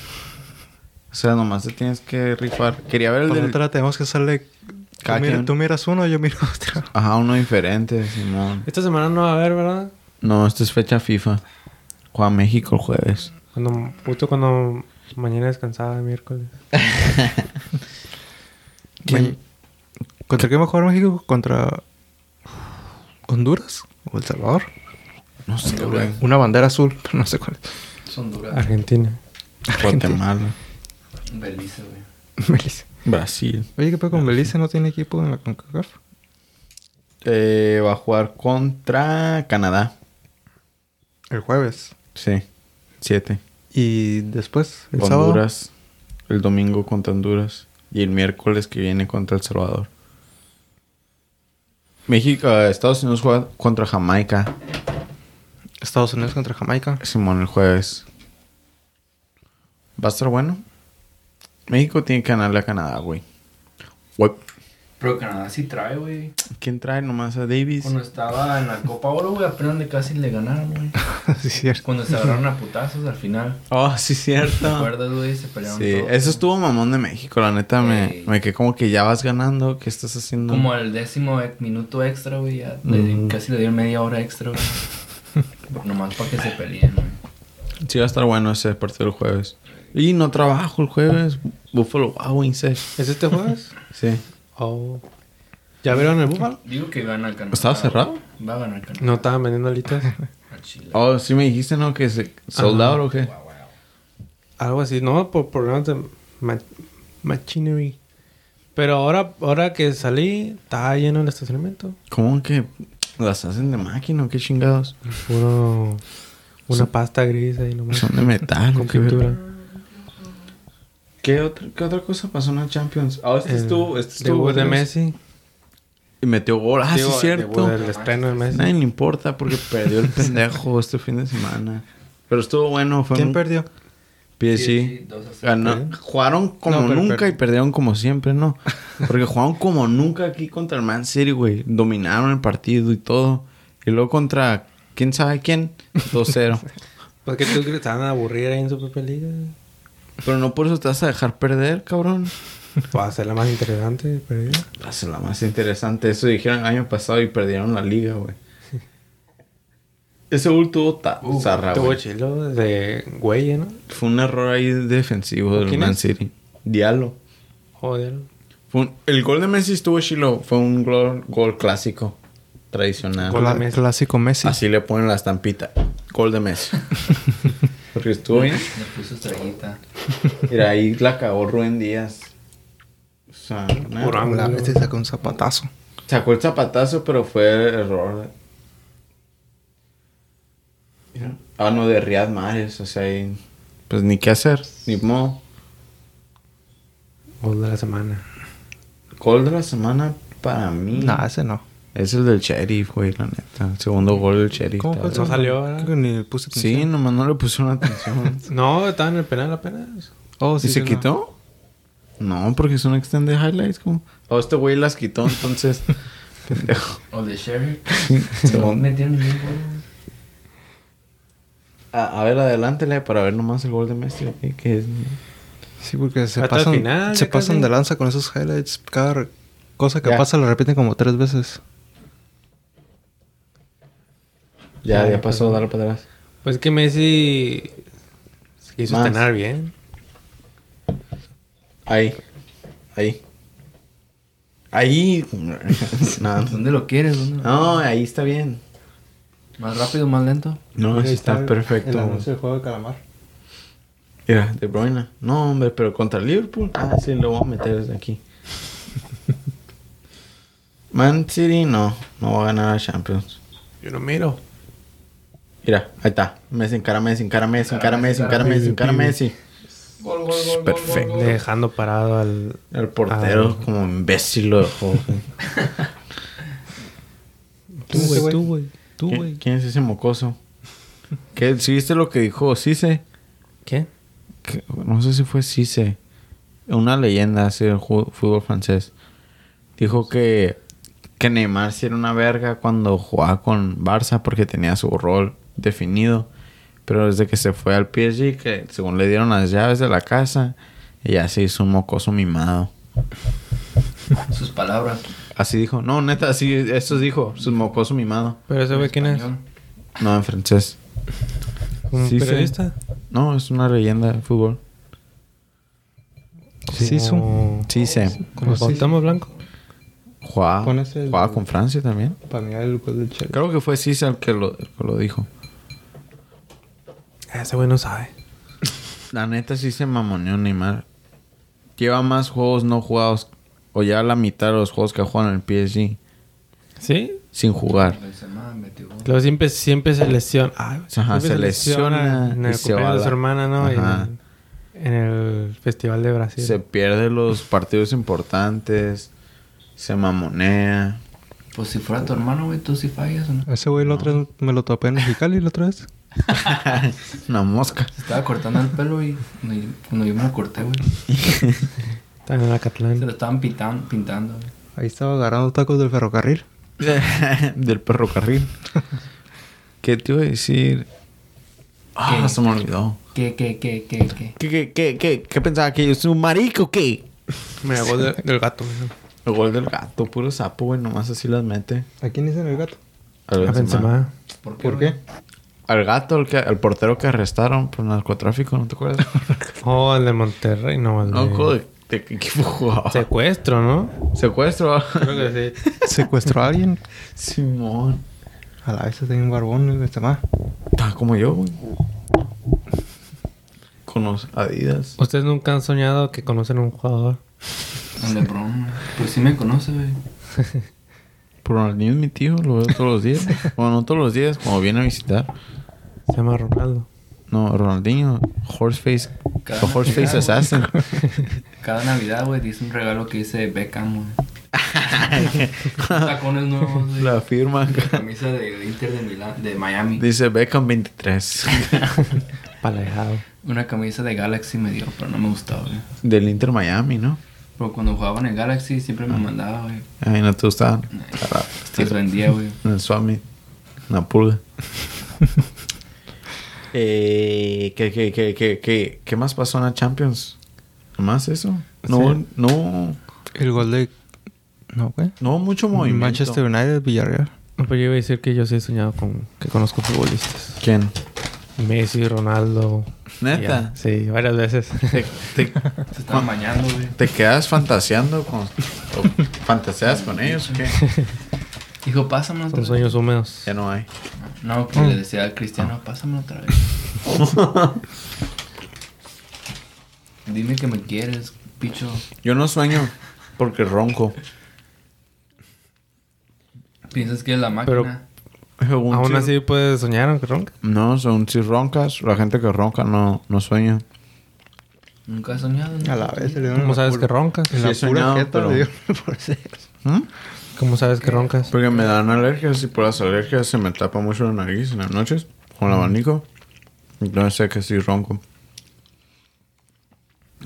Speaker 2: O sea, nomás te tienes que rifar. Quería ver el
Speaker 1: Para
Speaker 2: del...
Speaker 1: otra tenemos que hacerle... Tú,
Speaker 2: Cada
Speaker 1: mira-
Speaker 2: quien.
Speaker 1: tú miras uno, yo miro otro.
Speaker 2: Ajá, uno diferente, Simón.
Speaker 3: Esta semana no va a haber, ¿verdad?
Speaker 2: No, esta es fecha FIFA. Juega México el jueves.
Speaker 3: Cuando, justo cuando mañana descansaba, miércoles.
Speaker 2: ¿Quién?
Speaker 1: ¿Contra qué mejor México? ¿Contra Honduras? ¿O El Salvador?
Speaker 2: No sé, güey.
Speaker 1: Una bandera azul, pero no sé cuál.
Speaker 4: Son duras.
Speaker 3: Argentina.
Speaker 2: Guatemala.
Speaker 1: Ah.
Speaker 4: Belice, güey.
Speaker 1: Belice.
Speaker 2: Brasil.
Speaker 1: Oye, ¿qué pedo con Belice? ¿No tiene equipo en la CONCACAF?
Speaker 2: Eh, va a jugar contra Canadá.
Speaker 1: El jueves.
Speaker 2: Sí. Siete.
Speaker 1: Y después, el sábado.
Speaker 2: Honduras. El domingo contra Honduras. Y el miércoles que viene contra El Salvador. México, eh, Estados Unidos juega contra Jamaica.
Speaker 1: Estados Unidos contra Jamaica.
Speaker 2: Simón, el jueves. ¿Va a estar bueno? México tiene que ganarle a Canadá, güey. Güey,
Speaker 4: Pero Canadá sí trae, güey.
Speaker 2: ¿Quién trae nomás a Davis?
Speaker 4: Cuando estaba en la Copa Oro, güey, apenas de casi le ganaron, güey.
Speaker 1: sí, cierto.
Speaker 4: Cuando se agarraron a putazos al final.
Speaker 2: Oh, sí,
Speaker 4: ¿Te
Speaker 2: cierto.
Speaker 4: acuerdas, güey? Se pelearon
Speaker 2: Sí,
Speaker 4: todos.
Speaker 2: eso estuvo mamón de México, la neta me,
Speaker 4: Ey.
Speaker 2: me quedé como que ya vas ganando, ¿qué estás haciendo?
Speaker 4: Como al décimo e- minuto extra, güey. ya le di- Casi le dieron media hora extra, güey. Nomás para que se peleen, güey.
Speaker 2: Sí, va a estar bueno ese partido el jueves. Y no trabajo el jueves, Buffalo Wow Wings. eh.
Speaker 3: ¿Es este jueves?
Speaker 2: Sí.
Speaker 3: Oh. ¿Ya vieron el búfalo?
Speaker 4: Digo que gana el Canadá.
Speaker 2: ¿Estaba cerrado?
Speaker 4: Va a ganar Canadá.
Speaker 3: No estaban vendiendo alitas.
Speaker 4: A Chile.
Speaker 2: Oh, sí me dijiste, ¿no? Que se soldado o qué.
Speaker 4: Wow, wow.
Speaker 3: Algo así, no, por problemas de ma- machinery. Pero ahora, ahora que salí, está lleno el estacionamiento.
Speaker 2: ¿Cómo que las hacen de máquina o qué chingados?
Speaker 3: Puro. Una pasta gris ahí nomás.
Speaker 2: Son de metal.
Speaker 3: con
Speaker 2: qué
Speaker 3: pintura.
Speaker 2: ver- ¿Qué, otra, ¿Qué otra cosa pasó en la Champions? Ah, este
Speaker 3: Eh,
Speaker 2: estuvo, este estuvo.
Speaker 3: debut de
Speaker 2: vergas.
Speaker 3: Messi.
Speaker 2: Y metió gol. Ah,
Speaker 3: Digo,
Speaker 2: sí, cierto.
Speaker 3: debut del estreno de Messi.
Speaker 2: Nadie le importa porque perdió el pendejo este fin de semana. Pero estuvo bueno. Fue
Speaker 1: ¿Quién
Speaker 2: un
Speaker 1: perdió?
Speaker 4: PSG,
Speaker 2: PSG.
Speaker 4: dos a cero.
Speaker 2: Ganó. Jugaron como
Speaker 3: No, pero
Speaker 2: nunca
Speaker 3: perdió.
Speaker 2: y perdieron como siempre, ¿no? Porque jugaron como nunca aquí contra el Man City, güey. Dominaron el partido y todo. Y luego contra quién sabe quién, 2-0.
Speaker 3: Pues que tú crees que te van a aburrir ahí en su propia liga.
Speaker 2: Pero no por eso te vas a dejar perder, cabrón.
Speaker 3: Va a ser la más interesante, pero ya.
Speaker 2: Va a ser la más interesante. Eso dijeron el año pasado y perdieron la liga, güey. Ese gol tuvo ta-
Speaker 4: Uh,
Speaker 2: zarra,
Speaker 3: Tuvo
Speaker 2: güey.
Speaker 3: chilo de güey, ¿no?
Speaker 2: Fue un error ahí defensivo del
Speaker 3: ¿Quién
Speaker 2: Man
Speaker 3: es?
Speaker 2: City. Diablo.
Speaker 3: Joder.
Speaker 2: Fue un- el gol de Messi estuvo chilo. Fue un gol, gol clásico. Tradicional.
Speaker 3: Gol de
Speaker 1: Cla-
Speaker 3: Messi. Ah,
Speaker 1: Clásico Messi.
Speaker 2: Así le ponen la estampita. Gol de Messi. Porque estuvo bien.
Speaker 4: Le puso estrellita.
Speaker 2: Mira, ahí la cagó Rubén Díaz. O sea, nada.
Speaker 3: Puro ángulo.
Speaker 1: La bestia sacó un zapatazo.
Speaker 2: Sacó el zapatazo, pero fue error. Ah, no, de Riyad Mares, o sea, y- pues ni qué hacer, ni modo.
Speaker 3: Gol de la semana.
Speaker 2: Gol de la semana para mí.
Speaker 1: No, ese no.
Speaker 2: Es el del Sheriff, güey, la neta. El segundo gol del Sheriff.
Speaker 1: ¿Cómo fue
Speaker 2: tal
Speaker 1: el
Speaker 3: No
Speaker 2: vez.
Speaker 1: segundo?
Speaker 3: salió, ¿verdad?
Speaker 1: Creo que ni le puse
Speaker 2: Sí,
Speaker 1: atención.
Speaker 2: nomás no le pusieron atención.
Speaker 3: No, estaba en el penal apenas.
Speaker 1: Oh,
Speaker 2: ¿Y
Speaker 1: sí,
Speaker 2: se
Speaker 1: sí, no.
Speaker 2: quitó? No, porque son extended highlights, como... Oh, este güey las quitó, entonces... Pendejo.
Speaker 4: O de Sherry. No
Speaker 2: Según-
Speaker 4: metieron ningún gol, güey.
Speaker 2: A, a ver, adelántele para ver nomás el gol de Messi. ok, Que es...
Speaker 1: Sí, porque se
Speaker 3: Hasta el
Speaker 1: pasan,
Speaker 3: final,
Speaker 1: se
Speaker 3: ya
Speaker 1: pasan
Speaker 3: casi.
Speaker 1: de lanza con esos highlights. Cada re- cosa que
Speaker 2: Ya.
Speaker 1: pasa la repiten como tres veces.
Speaker 2: Ya, ya pasó, dale para atrás.
Speaker 3: Pues que Messi se quiso
Speaker 2: Más.
Speaker 3: estrenar bien.
Speaker 2: Ahí. Ahí. Ahí. no,
Speaker 4: ¿Dónde lo quieres? dónde lo-
Speaker 2: no, ahí está bien.
Speaker 4: ¿Más rápido, más lento?
Speaker 2: No,
Speaker 3: Ahí
Speaker 2: está,
Speaker 3: El
Speaker 2: perfecto.
Speaker 3: anuncio del juego de calamar.
Speaker 2: Mira, De Bruyne. No, hombre, pero contra el Liverpool. Ah, sí, lo voy a meter desde aquí. Man City no, no va a ganar a Champions.
Speaker 3: Yo no miro.
Speaker 2: Mira, ahí está. Messi, encara Messi, encara Messi, encara Messi, encara Messi, encara Messi.
Speaker 4: Gol, gol, gol.
Speaker 2: Perfecto.
Speaker 3: Dejando parado al.
Speaker 2: El portero
Speaker 3: Ah.
Speaker 2: como imbécil lo dejó. güey.
Speaker 3: Tú,
Speaker 1: Ese
Speaker 3: güey,
Speaker 1: güey.
Speaker 3: tú, güey. Tú,
Speaker 2: ¿Qui-
Speaker 3: güey.
Speaker 2: ¿Quién es ese mocoso? ¿Qué, ¿Sí viste lo que dijo Cise?
Speaker 3: ¿Qué?
Speaker 2: que- no sé si fue Cise, una leyenda así del ju- fútbol francés. Dijo que, que Neymar sí era una verga cuando jugaba con Barça porque tenía su rol definido. Pero desde que se fue al PSG, que según le dieron las llaves de la casa, ella se hizo un mocoso mimado.
Speaker 4: Sus palabras.
Speaker 2: Así dijo, no, neta, así, eso dijo, su mocoso mimado.
Speaker 3: ¿Pero ese güey quién es?
Speaker 4: Español.
Speaker 2: No, en francés.
Speaker 3: ¿Un
Speaker 2: Sí, sí.
Speaker 3: periodista?
Speaker 2: No, es una leyenda de fútbol.
Speaker 1: Sí, su-
Speaker 3: Como-
Speaker 2: Sí, se
Speaker 3: Como
Speaker 1: Sí, sí.
Speaker 3: Cuauhtémoc Blanco.
Speaker 2: jugaba,
Speaker 1: Con ese-
Speaker 2: jugaba con Francia también.
Speaker 1: Para mirar el gol del Chelsea.
Speaker 2: Creo que fue Cisa el que lo, el que lo dijo.
Speaker 3: Ese güey no sabe.
Speaker 2: La neta sí se mamoneó Neymar. Lleva más juegos no jugados. O ya la mitad de los juegos que juegan en el PSG.
Speaker 3: ¿Sí?
Speaker 2: sin jugar.
Speaker 4: Benzema metió gol.
Speaker 3: Luego siempre, siempre se lesiona. Ah,
Speaker 2: Ajá,
Speaker 3: siempre
Speaker 2: se lesiona
Speaker 3: En el
Speaker 2: y se va
Speaker 3: cumpleaños de
Speaker 2: la-
Speaker 3: su hermana, ¿no? En,
Speaker 2: Ajá.
Speaker 3: en el Festival de Brasil.
Speaker 2: Se pierde los partidos importantes, se mamonea.
Speaker 4: Pues si fuera tu hermano, güey, tú sí fallas, ¿o ¿no?
Speaker 1: A Ese güey la otra vez me lo topé en Mexicali la otra vez.
Speaker 2: Una mosca.
Speaker 4: Se estaba cortando el pelo y cuando- cuando yo me lo corté, güey.
Speaker 3: Está en Ah, la
Speaker 4: Se lo
Speaker 3: Catlán.
Speaker 4: estaban pintan- pintando, güey.
Speaker 1: Ahí estaba agarrando tacos del ferrocarril.
Speaker 2: Del ferrocarril. ¿Qué te iba a decir? Ah,
Speaker 4: ¿Qué?
Speaker 2: se me olvidó.
Speaker 4: ¿Qué, qué, qué, qué, qué?
Speaker 2: ¿Qué, qué, qué, qué, qué pensaba que yo soy un marico o qué?
Speaker 3: Me hago de- del gato. ¿no?
Speaker 2: El gol del gato, puro sapo, güey, nomás así las mete.
Speaker 1: ¿A quién dicen el gato?
Speaker 2: Al
Speaker 3: A
Speaker 2: Benzema.
Speaker 3: Benzema.
Speaker 4: ¿Por qué?
Speaker 1: ¿Por
Speaker 4: güey?
Speaker 1: qué?
Speaker 2: Al gato, el, que, el portero que arrestaron por narcotráfico, ¿no te acuerdas?
Speaker 3: Oh, el de Monterrey, no, el de...
Speaker 2: no, joder, ¿de qué equipo jugaba?
Speaker 3: Secuestro, ¿no?
Speaker 2: Secuestro.
Speaker 3: Creo que sí.
Speaker 1: ¿Secuestró a alguien?
Speaker 2: Simón.
Speaker 1: A la vez tenía un barbón en este más.
Speaker 2: Está como yo, güey. Con los Adidas.
Speaker 3: ¿Ustedes nunca han soñado que conocen a un jugador?
Speaker 4: Con LeBron. güey. Pues sí me conoce, güey.
Speaker 2: Por Ronaldinho es mi tío, lo veo todos los días. Bueno, no todos los días, cuando viene a visitar.
Speaker 3: Se llama Ronaldo.
Speaker 2: No, Ronaldinho, Horseface.
Speaker 4: Cada
Speaker 2: Horseface
Speaker 4: Navidad,
Speaker 2: Assassin.
Speaker 4: Cada Navidad, güey, dice un regalo que dice Beckham, güey. Tacones nuevos, güey.
Speaker 2: La firma.
Speaker 4: Camisa del Inter de, Milán, de Miami.
Speaker 2: Dice Beckham 23.
Speaker 3: Palejado.
Speaker 4: Una camisa de Galaxy me dio, pero no me gustaba, güey.
Speaker 2: Del Inter Miami, ¿no?
Speaker 4: Pero cuando jugaba en el Galaxy siempre me mandaba, güey.
Speaker 2: Ay, no te gustaban. Cara,
Speaker 4: Te los vendía, güey.
Speaker 2: En el Swami. En la pulga. eh, ¿qué, qué, qué, qué, qué, ¿Qué más pasó en la Champions? ¿Más eso? No,
Speaker 3: Sí.
Speaker 2: no.
Speaker 1: El gol de... No, güey.
Speaker 2: No hubo mucho movimiento.
Speaker 1: Manchester United, Villarreal.
Speaker 3: No, pues yo iba a decir que yo sí he soñado con... Que conozco futbolistas.
Speaker 2: ¿Quién?
Speaker 3: Messi, Ronaldo.
Speaker 2: Neta.
Speaker 3: Ya. Sí, varias veces.
Speaker 2: Te, te-
Speaker 4: Se estaban bañando, güey.
Speaker 2: te quedas fantaseando con. o ¿Fantaseas con ellos o qué?
Speaker 4: Dijo, pásamelo otra
Speaker 3: Son
Speaker 4: vez.
Speaker 3: sueños húmedos.
Speaker 2: Ya no hay.
Speaker 4: No, que le decía al cristiano, pásamelo otra vez. Dime que me quieres, picho.
Speaker 2: Yo no sueño porque ronco.
Speaker 4: Piensas que es la máquina.
Speaker 2: Según
Speaker 3: Aún
Speaker 2: si-
Speaker 3: así puedes soñar, aunque ronca.
Speaker 2: No, son si roncas, la gente que ronca no, no sueña.
Speaker 4: Nunca has soñado. ¿no?
Speaker 1: A la vez se le dio
Speaker 3: ¿Cómo sabes que roncas?
Speaker 1: En la
Speaker 2: Sí, he
Speaker 1: pura
Speaker 2: soñado,
Speaker 1: jeta
Speaker 2: pero-
Speaker 1: le dio por ser.
Speaker 2: ¿Mm?
Speaker 3: ¿Cómo sabes que roncas?
Speaker 2: Porque me dan alergias y por las alergias se me tapa mucho la nariz en las noches con el
Speaker 1: Mm.
Speaker 2: abanico. Entonces sé que sí ronco.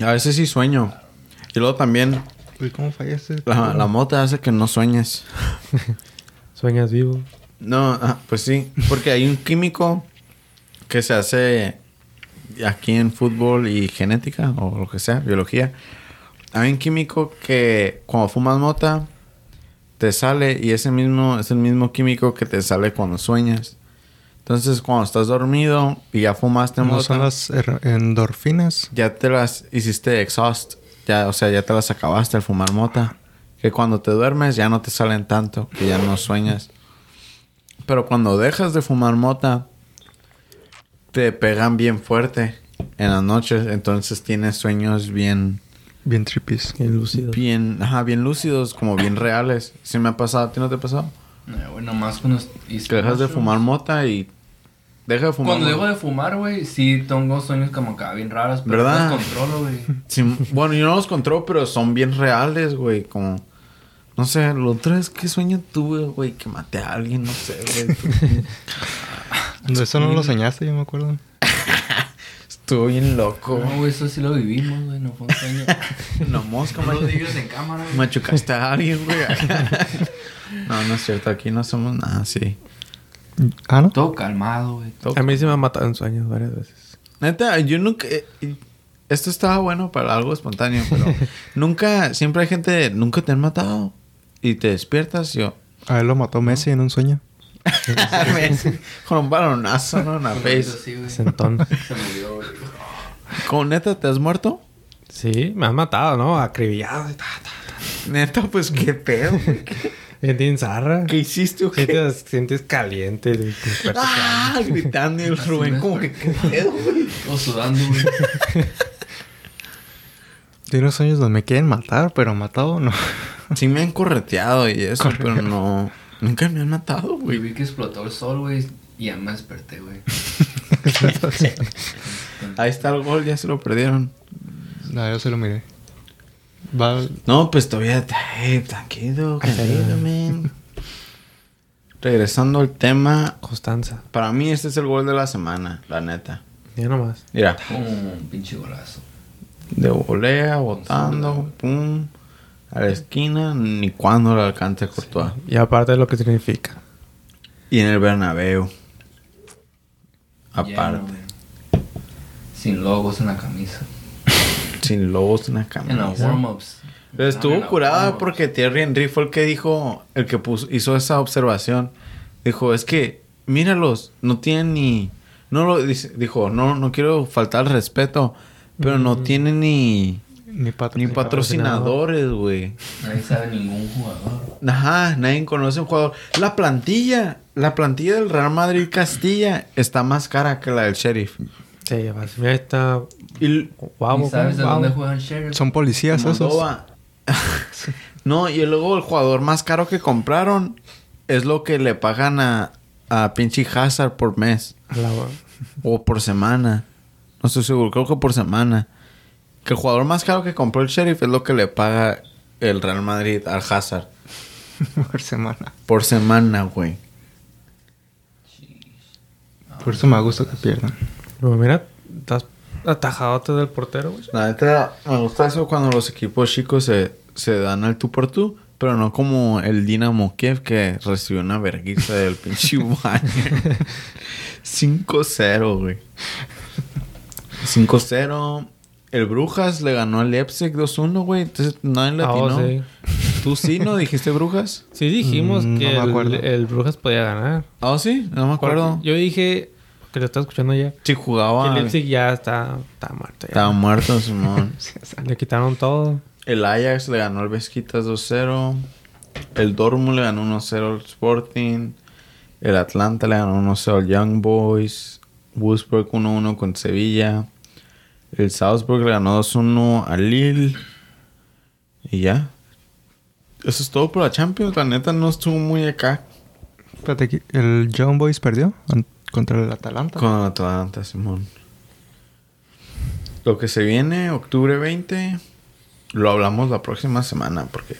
Speaker 2: A veces sí sueño. Y luego también
Speaker 1: Uy, ¿cómo fallaste?
Speaker 2: la, la mota hace que no sueñes.
Speaker 3: Sueñas vivo.
Speaker 2: No, ah, pues sí. Porque hay un químico que se hace aquí en fútbol y genética o lo que sea, biología. Hay un químico que cuando fumas mota te sale y ese mismo es el mismo químico que te sale cuando sueñas. Entonces, cuando estás dormido y ya fumaste
Speaker 1: ¿No
Speaker 2: mota,
Speaker 1: son las er- endorfinas?
Speaker 2: ya te las hiciste exhaust. Ya, o sea, ya te las acabaste al fumar mota. Que cuando te duermes ya no te salen tanto, que ya no sueñas. Pero cuando dejas de fumar mota, te pegan bien fuerte en las noches. Entonces tienes sueños bien,
Speaker 1: Bien tripis.
Speaker 3: Qué lúcido.
Speaker 2: bien, ajá, bien lúcidos, como bien reales. Si me ha pasado, ¿a ti no te ha pasado?
Speaker 4: No, güey, nomás cuando. y-
Speaker 2: Que dejas de fumar mota y deja de fumar.
Speaker 4: Cuando
Speaker 2: mota.
Speaker 4: dejo de fumar, güey, sí tengo sueños como acá bien raros, pero
Speaker 2: ¿Verdad?
Speaker 4: no los controlo, güey.
Speaker 2: Sí, bueno, yo no los controlo, pero son bien reales, güey. Como, no sé, lo otra vez que sueño tuve, güey, que maté a alguien, no sé, güey.
Speaker 1: No, Eso no lo soñaste, yo me acuerdo.
Speaker 2: Estuvo bien loco.
Speaker 4: No, güey, eso sí lo vivimos, güey, no fue un sueño.
Speaker 2: No mosca,
Speaker 4: no lo
Speaker 2: macho-
Speaker 4: digas en cámara, güey.
Speaker 2: machucaste a alguien, güey. No, no es cierto, aquí no somos nada así.
Speaker 1: Ah, ¿no?
Speaker 4: Todo calmado, güey. todo-
Speaker 3: A mí sí me han matado en sueños varias veces.
Speaker 2: Neta, yo nunca. eh, eh, Esto estaba bueno para algo espontáneo, pero nunca, siempre hay gente, nunca te han matado. Y te despiertas, y yo.
Speaker 1: A él lo mató Messi en un sueño.
Speaker 2: Con un balonazo, ¿no? En la face.
Speaker 4: Sí, güey.
Speaker 3: Desde entonces.
Speaker 4: Se murió, güey.
Speaker 2: ¿Con neta te has muerto?
Speaker 3: Sí, me han matado, ¿no? Acribillado y ta, ta.
Speaker 2: Neta, pues qué pedo. güey?
Speaker 3: Gente enzarra.
Speaker 2: ¿Qué hiciste, o qué?
Speaker 3: Sientes, sientes caliente. de- de-
Speaker 2: Ah, gritando y el Rubén como que qué pedo, güey.
Speaker 4: Todo sudando, güey.
Speaker 1: Tiene unos sueños donde me quieren matar, pero matado no.
Speaker 2: Sí me han correteado y eso, pero no. Nunca me han matado,
Speaker 4: Y
Speaker 2: güey.
Speaker 4: vi que explotó el sol, güey. Y ya me desperté, güey.
Speaker 2: Ahí está el gol, ya se lo perdieron.
Speaker 1: No, yo se lo miré. Va.
Speaker 2: No, pues todavía. eh, tranquilo, tranquilo, man. Regresando al tema,
Speaker 3: Constanza.
Speaker 2: para mí este es el gol de la semana, la neta.
Speaker 3: Ya nomás.
Speaker 2: Mira,
Speaker 4: Un pinche golazo.
Speaker 2: de volea, botando, pum, a la esquina, ni cuándo le alcance Courtois.
Speaker 3: Y aparte de lo que significa.
Speaker 2: Y en el Bernabéu.
Speaker 4: Lleno,
Speaker 2: Aparte,
Speaker 4: güey. Sin logos en la camisa.
Speaker 2: sin lobos en la
Speaker 4: En los
Speaker 2: camisa.
Speaker 4: warm-ups. Ah,
Speaker 2: Pero estuvo
Speaker 4: En los
Speaker 2: curada
Speaker 4: warm-ups.
Speaker 2: porque Thierry Henry fue el que dijo, el que puso, hizo esa observación. Dijo, es que, míralos, no tienen ni... No lo dice- dijo, no, no quiero faltar al respeto, pero no tienen ni,
Speaker 1: Ni patro.
Speaker 2: ni patrocinadores, güey.
Speaker 4: Nadie sabe ningún jugador.
Speaker 2: Ajá, nadie conoce un jugador. La plantilla, la plantilla del Real Madrid Castilla está más cara que la del Sheriff.
Speaker 3: Sí, ya vas. Mira esta.
Speaker 2: Y
Speaker 3: Guau,
Speaker 4: Ni sabes de
Speaker 3: guau.
Speaker 4: dónde juegan Sheriff.
Speaker 1: Son policías esos.
Speaker 2: Moldova. no, y luego el jugador más caro que compraron es lo que le pagan a, a pinche Hazard por mes
Speaker 3: A la hora.
Speaker 2: o por semana. No estoy seguro, creo que por semana. Que el jugador más caro que compró el Sheriff es lo que le paga el Real Madrid al Hazard
Speaker 1: Por semana.
Speaker 2: por semana, güey.
Speaker 1: Por eso me gusta que pierdan.
Speaker 3: Pero mira, estás atajadote del portero, güey.
Speaker 2: La neta, me gusta eso cuando los equipos chicos se, se dan al tú por tú, pero no como el Dinamo Kiev que recibió una vergüenza del pinche Ubaña. 5-0, güey. 5-0. El Brujas le ganó al Leipzig 2-1, güey. Entonces nadie le
Speaker 3: Ah, oh,
Speaker 2: atinó.
Speaker 3: sí.
Speaker 2: ¿Tú sí no dijiste Brujas?
Speaker 3: Sí dijimos
Speaker 1: Mm,
Speaker 3: que
Speaker 1: no me
Speaker 3: el,
Speaker 1: acuerdo.
Speaker 3: el Brujas podía ganar.
Speaker 2: Ah, sí, no me acuerdo.
Speaker 3: Yo dije, que lo estaba escuchando ya,
Speaker 2: Sí
Speaker 3: que el
Speaker 2: jugaba.
Speaker 3: Leipzig ya está, está muerto. ya.
Speaker 2: Estaba muerto, Simón.
Speaker 3: Le quitaron todo.
Speaker 2: El Ajax le ganó al Vesquitas 2-0. El Dortmund le ganó 1-0 al Sporting. El Atlanta le ganó 1-0 al Young Boys. Wolfsburg 1-1 con Sevilla. El Salzburg le ganó 2-1 al Lille. Y ya. Eso es todo por la Champions. La neta no estuvo muy acá
Speaker 1: Espérate, aquí, ¿el John Boys perdió an- contra el Atalanta?
Speaker 2: con Atlanta, Simón. Lo que se viene, octubre 20, lo hablamos la próxima semana porque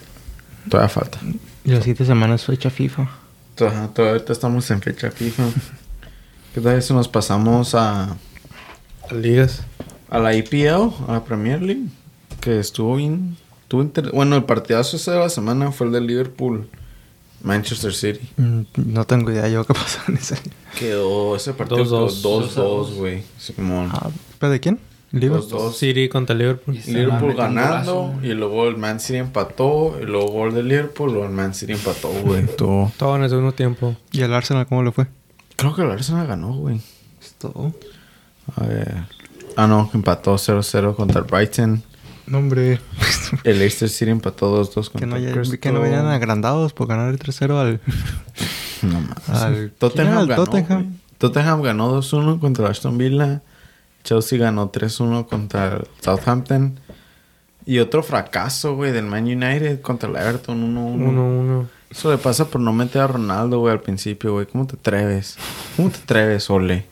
Speaker 2: todavía falta.
Speaker 1: Y las siete semanas fecha FIFA.
Speaker 2: Ajá, todavía ahorita estamos en fecha FIFA. ¿Qué tal si nos pasamos a,
Speaker 3: Ligas.
Speaker 2: a la EPL, a la Premier League? Que estuvo bien. estuvo inter- bueno, el partidazo ese de la semana fue el de Liverpool, Manchester City.
Speaker 1: Mm, no tengo idea yo qué pasó en ese.
Speaker 2: Quedó ese partido
Speaker 3: Dos-dos.
Speaker 2: 2-2, güey. Simón.
Speaker 1: Ah, ¿Pero de quién?
Speaker 2: Dos,
Speaker 1: Liverpool.
Speaker 2: dos.
Speaker 3: City contra Liverpool.
Speaker 4: Y-
Speaker 2: Liverpool
Speaker 4: Metió un
Speaker 2: ganando
Speaker 4: golazo, güey.
Speaker 2: y luego el Man City empató. Y luego gol de Liverpool, luego el Man City empató, güey. Todo.
Speaker 3: Todo en el segundo tiempo.
Speaker 1: ¿Y el Arsenal cómo le fue?
Speaker 2: Creo que el Arsenal ganó, güey.
Speaker 1: Todo.
Speaker 2: A ver. Ah, no, que empató 0-0 contra el Brighton.
Speaker 1: No, hombre.
Speaker 2: El Leicester City empató 2-2 contra
Speaker 1: que, no haya-
Speaker 2: Crystal.
Speaker 1: que no venían agrandados por ganar el 3-0 al,
Speaker 2: No mames.
Speaker 1: al ¿quién
Speaker 2: Tottenham
Speaker 1: era el
Speaker 2: ganó,
Speaker 1: Tottenham.
Speaker 2: güey. Tottenham ganó 2-1 contra el Aston Villa. Chelsea ganó 3-1 contra el Southampton. Y otro fracaso, güey, del Man United contra el Everton 1-1.
Speaker 3: 1-1.
Speaker 2: Eso le pasa por no meter a Ronaldo, güey, al principio, güey. ¿Cómo te atreves? ¿Cómo te atreves, Ole?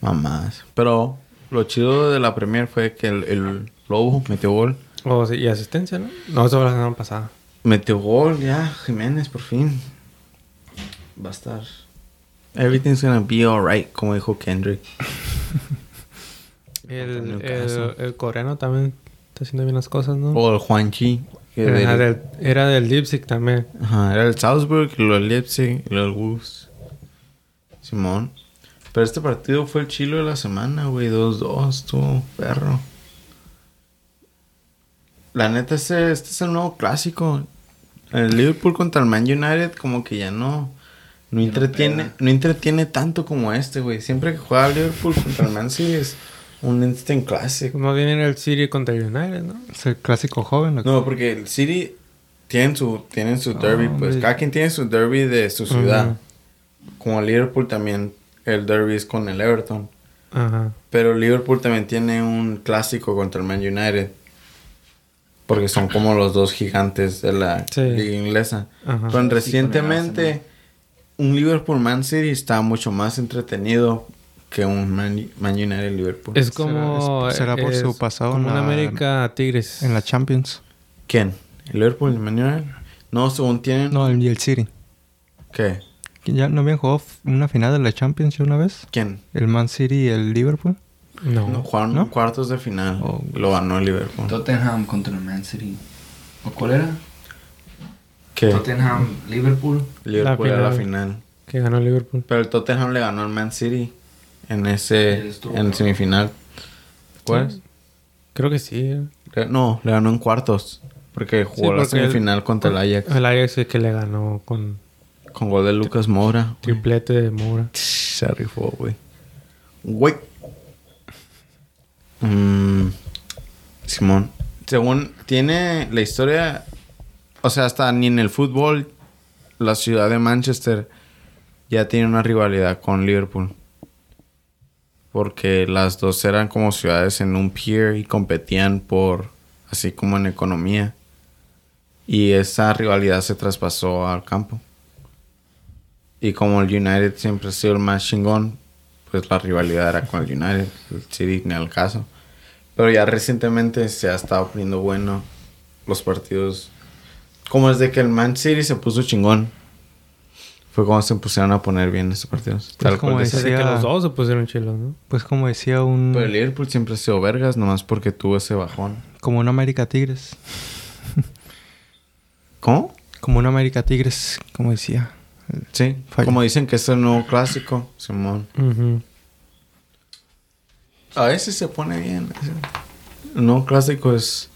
Speaker 2: Mamás. Pero lo chido de la Premier fue que el, el Lobo metió gol.
Speaker 3: Oh, sí, y asistencia, ¿no? No, eso fue la semana pasada.
Speaker 2: Metió gol ya, Jiménez, por fin. Va a estar. Everything's gonna be alright, como dijo Kendrick.
Speaker 3: El,
Speaker 2: Nunca eso.
Speaker 3: el, el coreano también está haciendo bien las cosas, ¿no?
Speaker 2: O el Juanchi. que
Speaker 3: era,
Speaker 2: del-
Speaker 3: del, era del Leipzig también.
Speaker 2: ajá, era el Salzburg, y luego el Leipzig, y luego el Wolves. Simón. Pero este partido fue el chilo de la semana, güey. 2-2, tú, perro. La neta, este, este es el nuevo clásico. El Liverpool contra el Man United, como que ya no. No
Speaker 4: Ya no
Speaker 2: entretiene,
Speaker 4: pega.
Speaker 2: no entretiene tanto como este, güey. Siempre que juega Liverpool contra el Man City es un instant clásico.
Speaker 3: Más bien era el City contra el United, ¿no?
Speaker 1: Es el clásico joven. ¿o qué?
Speaker 2: No, porque el City tienen su, tienen su
Speaker 1: Ah,
Speaker 2: derby, pues.
Speaker 1: hombre.
Speaker 2: Cada quien tiene su derby de su ciudad.
Speaker 3: Ujú.
Speaker 2: Como el Liverpool también, el derby es con el Everton.
Speaker 3: Ajá.
Speaker 2: Pero el Liverpool también tiene un clásico contra el Man United. Porque son como los dos gigantes de la
Speaker 3: Sí.
Speaker 2: liga inglesa.
Speaker 3: Ajá.
Speaker 2: Pero
Speaker 4: Sí,
Speaker 2: recientemente, un Liverpool Man City está mucho más entretenido que un Man, Man United Liverpool.
Speaker 3: Es como.
Speaker 1: será por
Speaker 3: es
Speaker 1: su pasado en
Speaker 3: Como en
Speaker 1: la-
Speaker 3: América Tigres.
Speaker 1: En la Champions.
Speaker 2: ¿Quién? ¿El Liverpool y Man United? No, según tienen.
Speaker 1: No, el, y el City.
Speaker 2: ¿Qué?
Speaker 1: ¿Que ¿Ya no habían jugado f- una final de la Champions ya una vez?
Speaker 2: ¿Quién?
Speaker 1: ¿El Man City y el Liverpool?
Speaker 3: No.
Speaker 2: No, jugaron
Speaker 1: ¿No?
Speaker 2: cuartos de final.
Speaker 1: Oh.
Speaker 2: Lo ganó el Liverpool.
Speaker 4: Tottenham contra el Man City. ¿O cuál era?
Speaker 2: ¿Qué?
Speaker 4: Tottenham, Liverpool.
Speaker 2: Liverpool
Speaker 3: La
Speaker 2: era la
Speaker 3: final.
Speaker 2: final.
Speaker 3: Que ganó Liverpool.
Speaker 2: Pero el Tottenham le ganó al Man City en
Speaker 4: Sí,
Speaker 2: ese
Speaker 4: estuvo
Speaker 2: en
Speaker 4: cabrón.
Speaker 2: semifinal. ¿Cuál? es?
Speaker 3: Creo que sí. eh.
Speaker 2: Le- No, le ganó en cuartos. Porque jugó la
Speaker 3: porque el-
Speaker 2: semifinal contra el Ajax.
Speaker 3: El Ajax es que le ganó con
Speaker 2: Con gol de Lucas Moura. güey.
Speaker 3: triplete de Moura.
Speaker 2: Se rifó, güey. Güey. Mm, Simón. Según tiene la historia. O sea, hasta ni en el fútbol. La ciudad de Manchester ya tiene una rivalidad con Liverpool. Porque las dos eran como ciudades en un pier y competían por. Así como en economía. Y esa rivalidad se traspasó al campo. Y como el United siempre ha sido el más chingón, pues la rivalidad era con el United, el City ni al caso. Pero ya recientemente se ha estado poniendo bueno los partidos. Como desde que el Man City se puso chingón, fue cuando se pusieron a poner bien estos partidos.
Speaker 1: Pues
Speaker 2: Tal
Speaker 1: como
Speaker 2: cual
Speaker 1: es-
Speaker 2: decía-
Speaker 3: Desde que
Speaker 1: Decía-
Speaker 3: los dos se pusieron chilos, ¿no?
Speaker 1: Pues como decía un...
Speaker 2: Pero el Liverpool siempre ha sido vergas, nomás porque tuvo ese bajón.
Speaker 1: Como un América Tigres.
Speaker 2: ¿Cómo?
Speaker 1: Como un América Tigres, como decía.
Speaker 2: Sí,
Speaker 1: Falla.
Speaker 2: como dicen que es el nuevo clásico, Simón.
Speaker 3: Ujú.
Speaker 2: A veces se pone bien. El nuevo clásico es.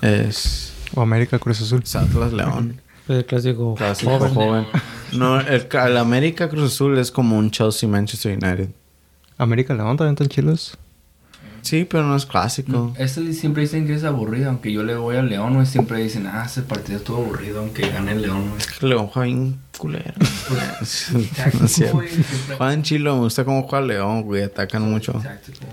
Speaker 2: Es.
Speaker 1: O América Cruz Azul.
Speaker 2: es Atlas León.
Speaker 3: Pues el clásico.
Speaker 2: Clásico joven. No, el, ca- el América Cruz Azul es como un Chelsea Manchester United.
Speaker 1: América León también están chilos.
Speaker 2: Sí, pero no es clásico.
Speaker 4: Este siempre dicen que es aburrido, aunque yo le voy al León, güey. Siempre dicen, ah, ese partido estuvo aburrido, aunque gane el León, güey.
Speaker 2: Es que León juega bien culero.
Speaker 4: Táctico,
Speaker 2: No es cierto.
Speaker 4: güey, siempre-
Speaker 2: Juegan chilo, me gusta cómo juega León, güey. Atacan mucho.
Speaker 4: Táctico.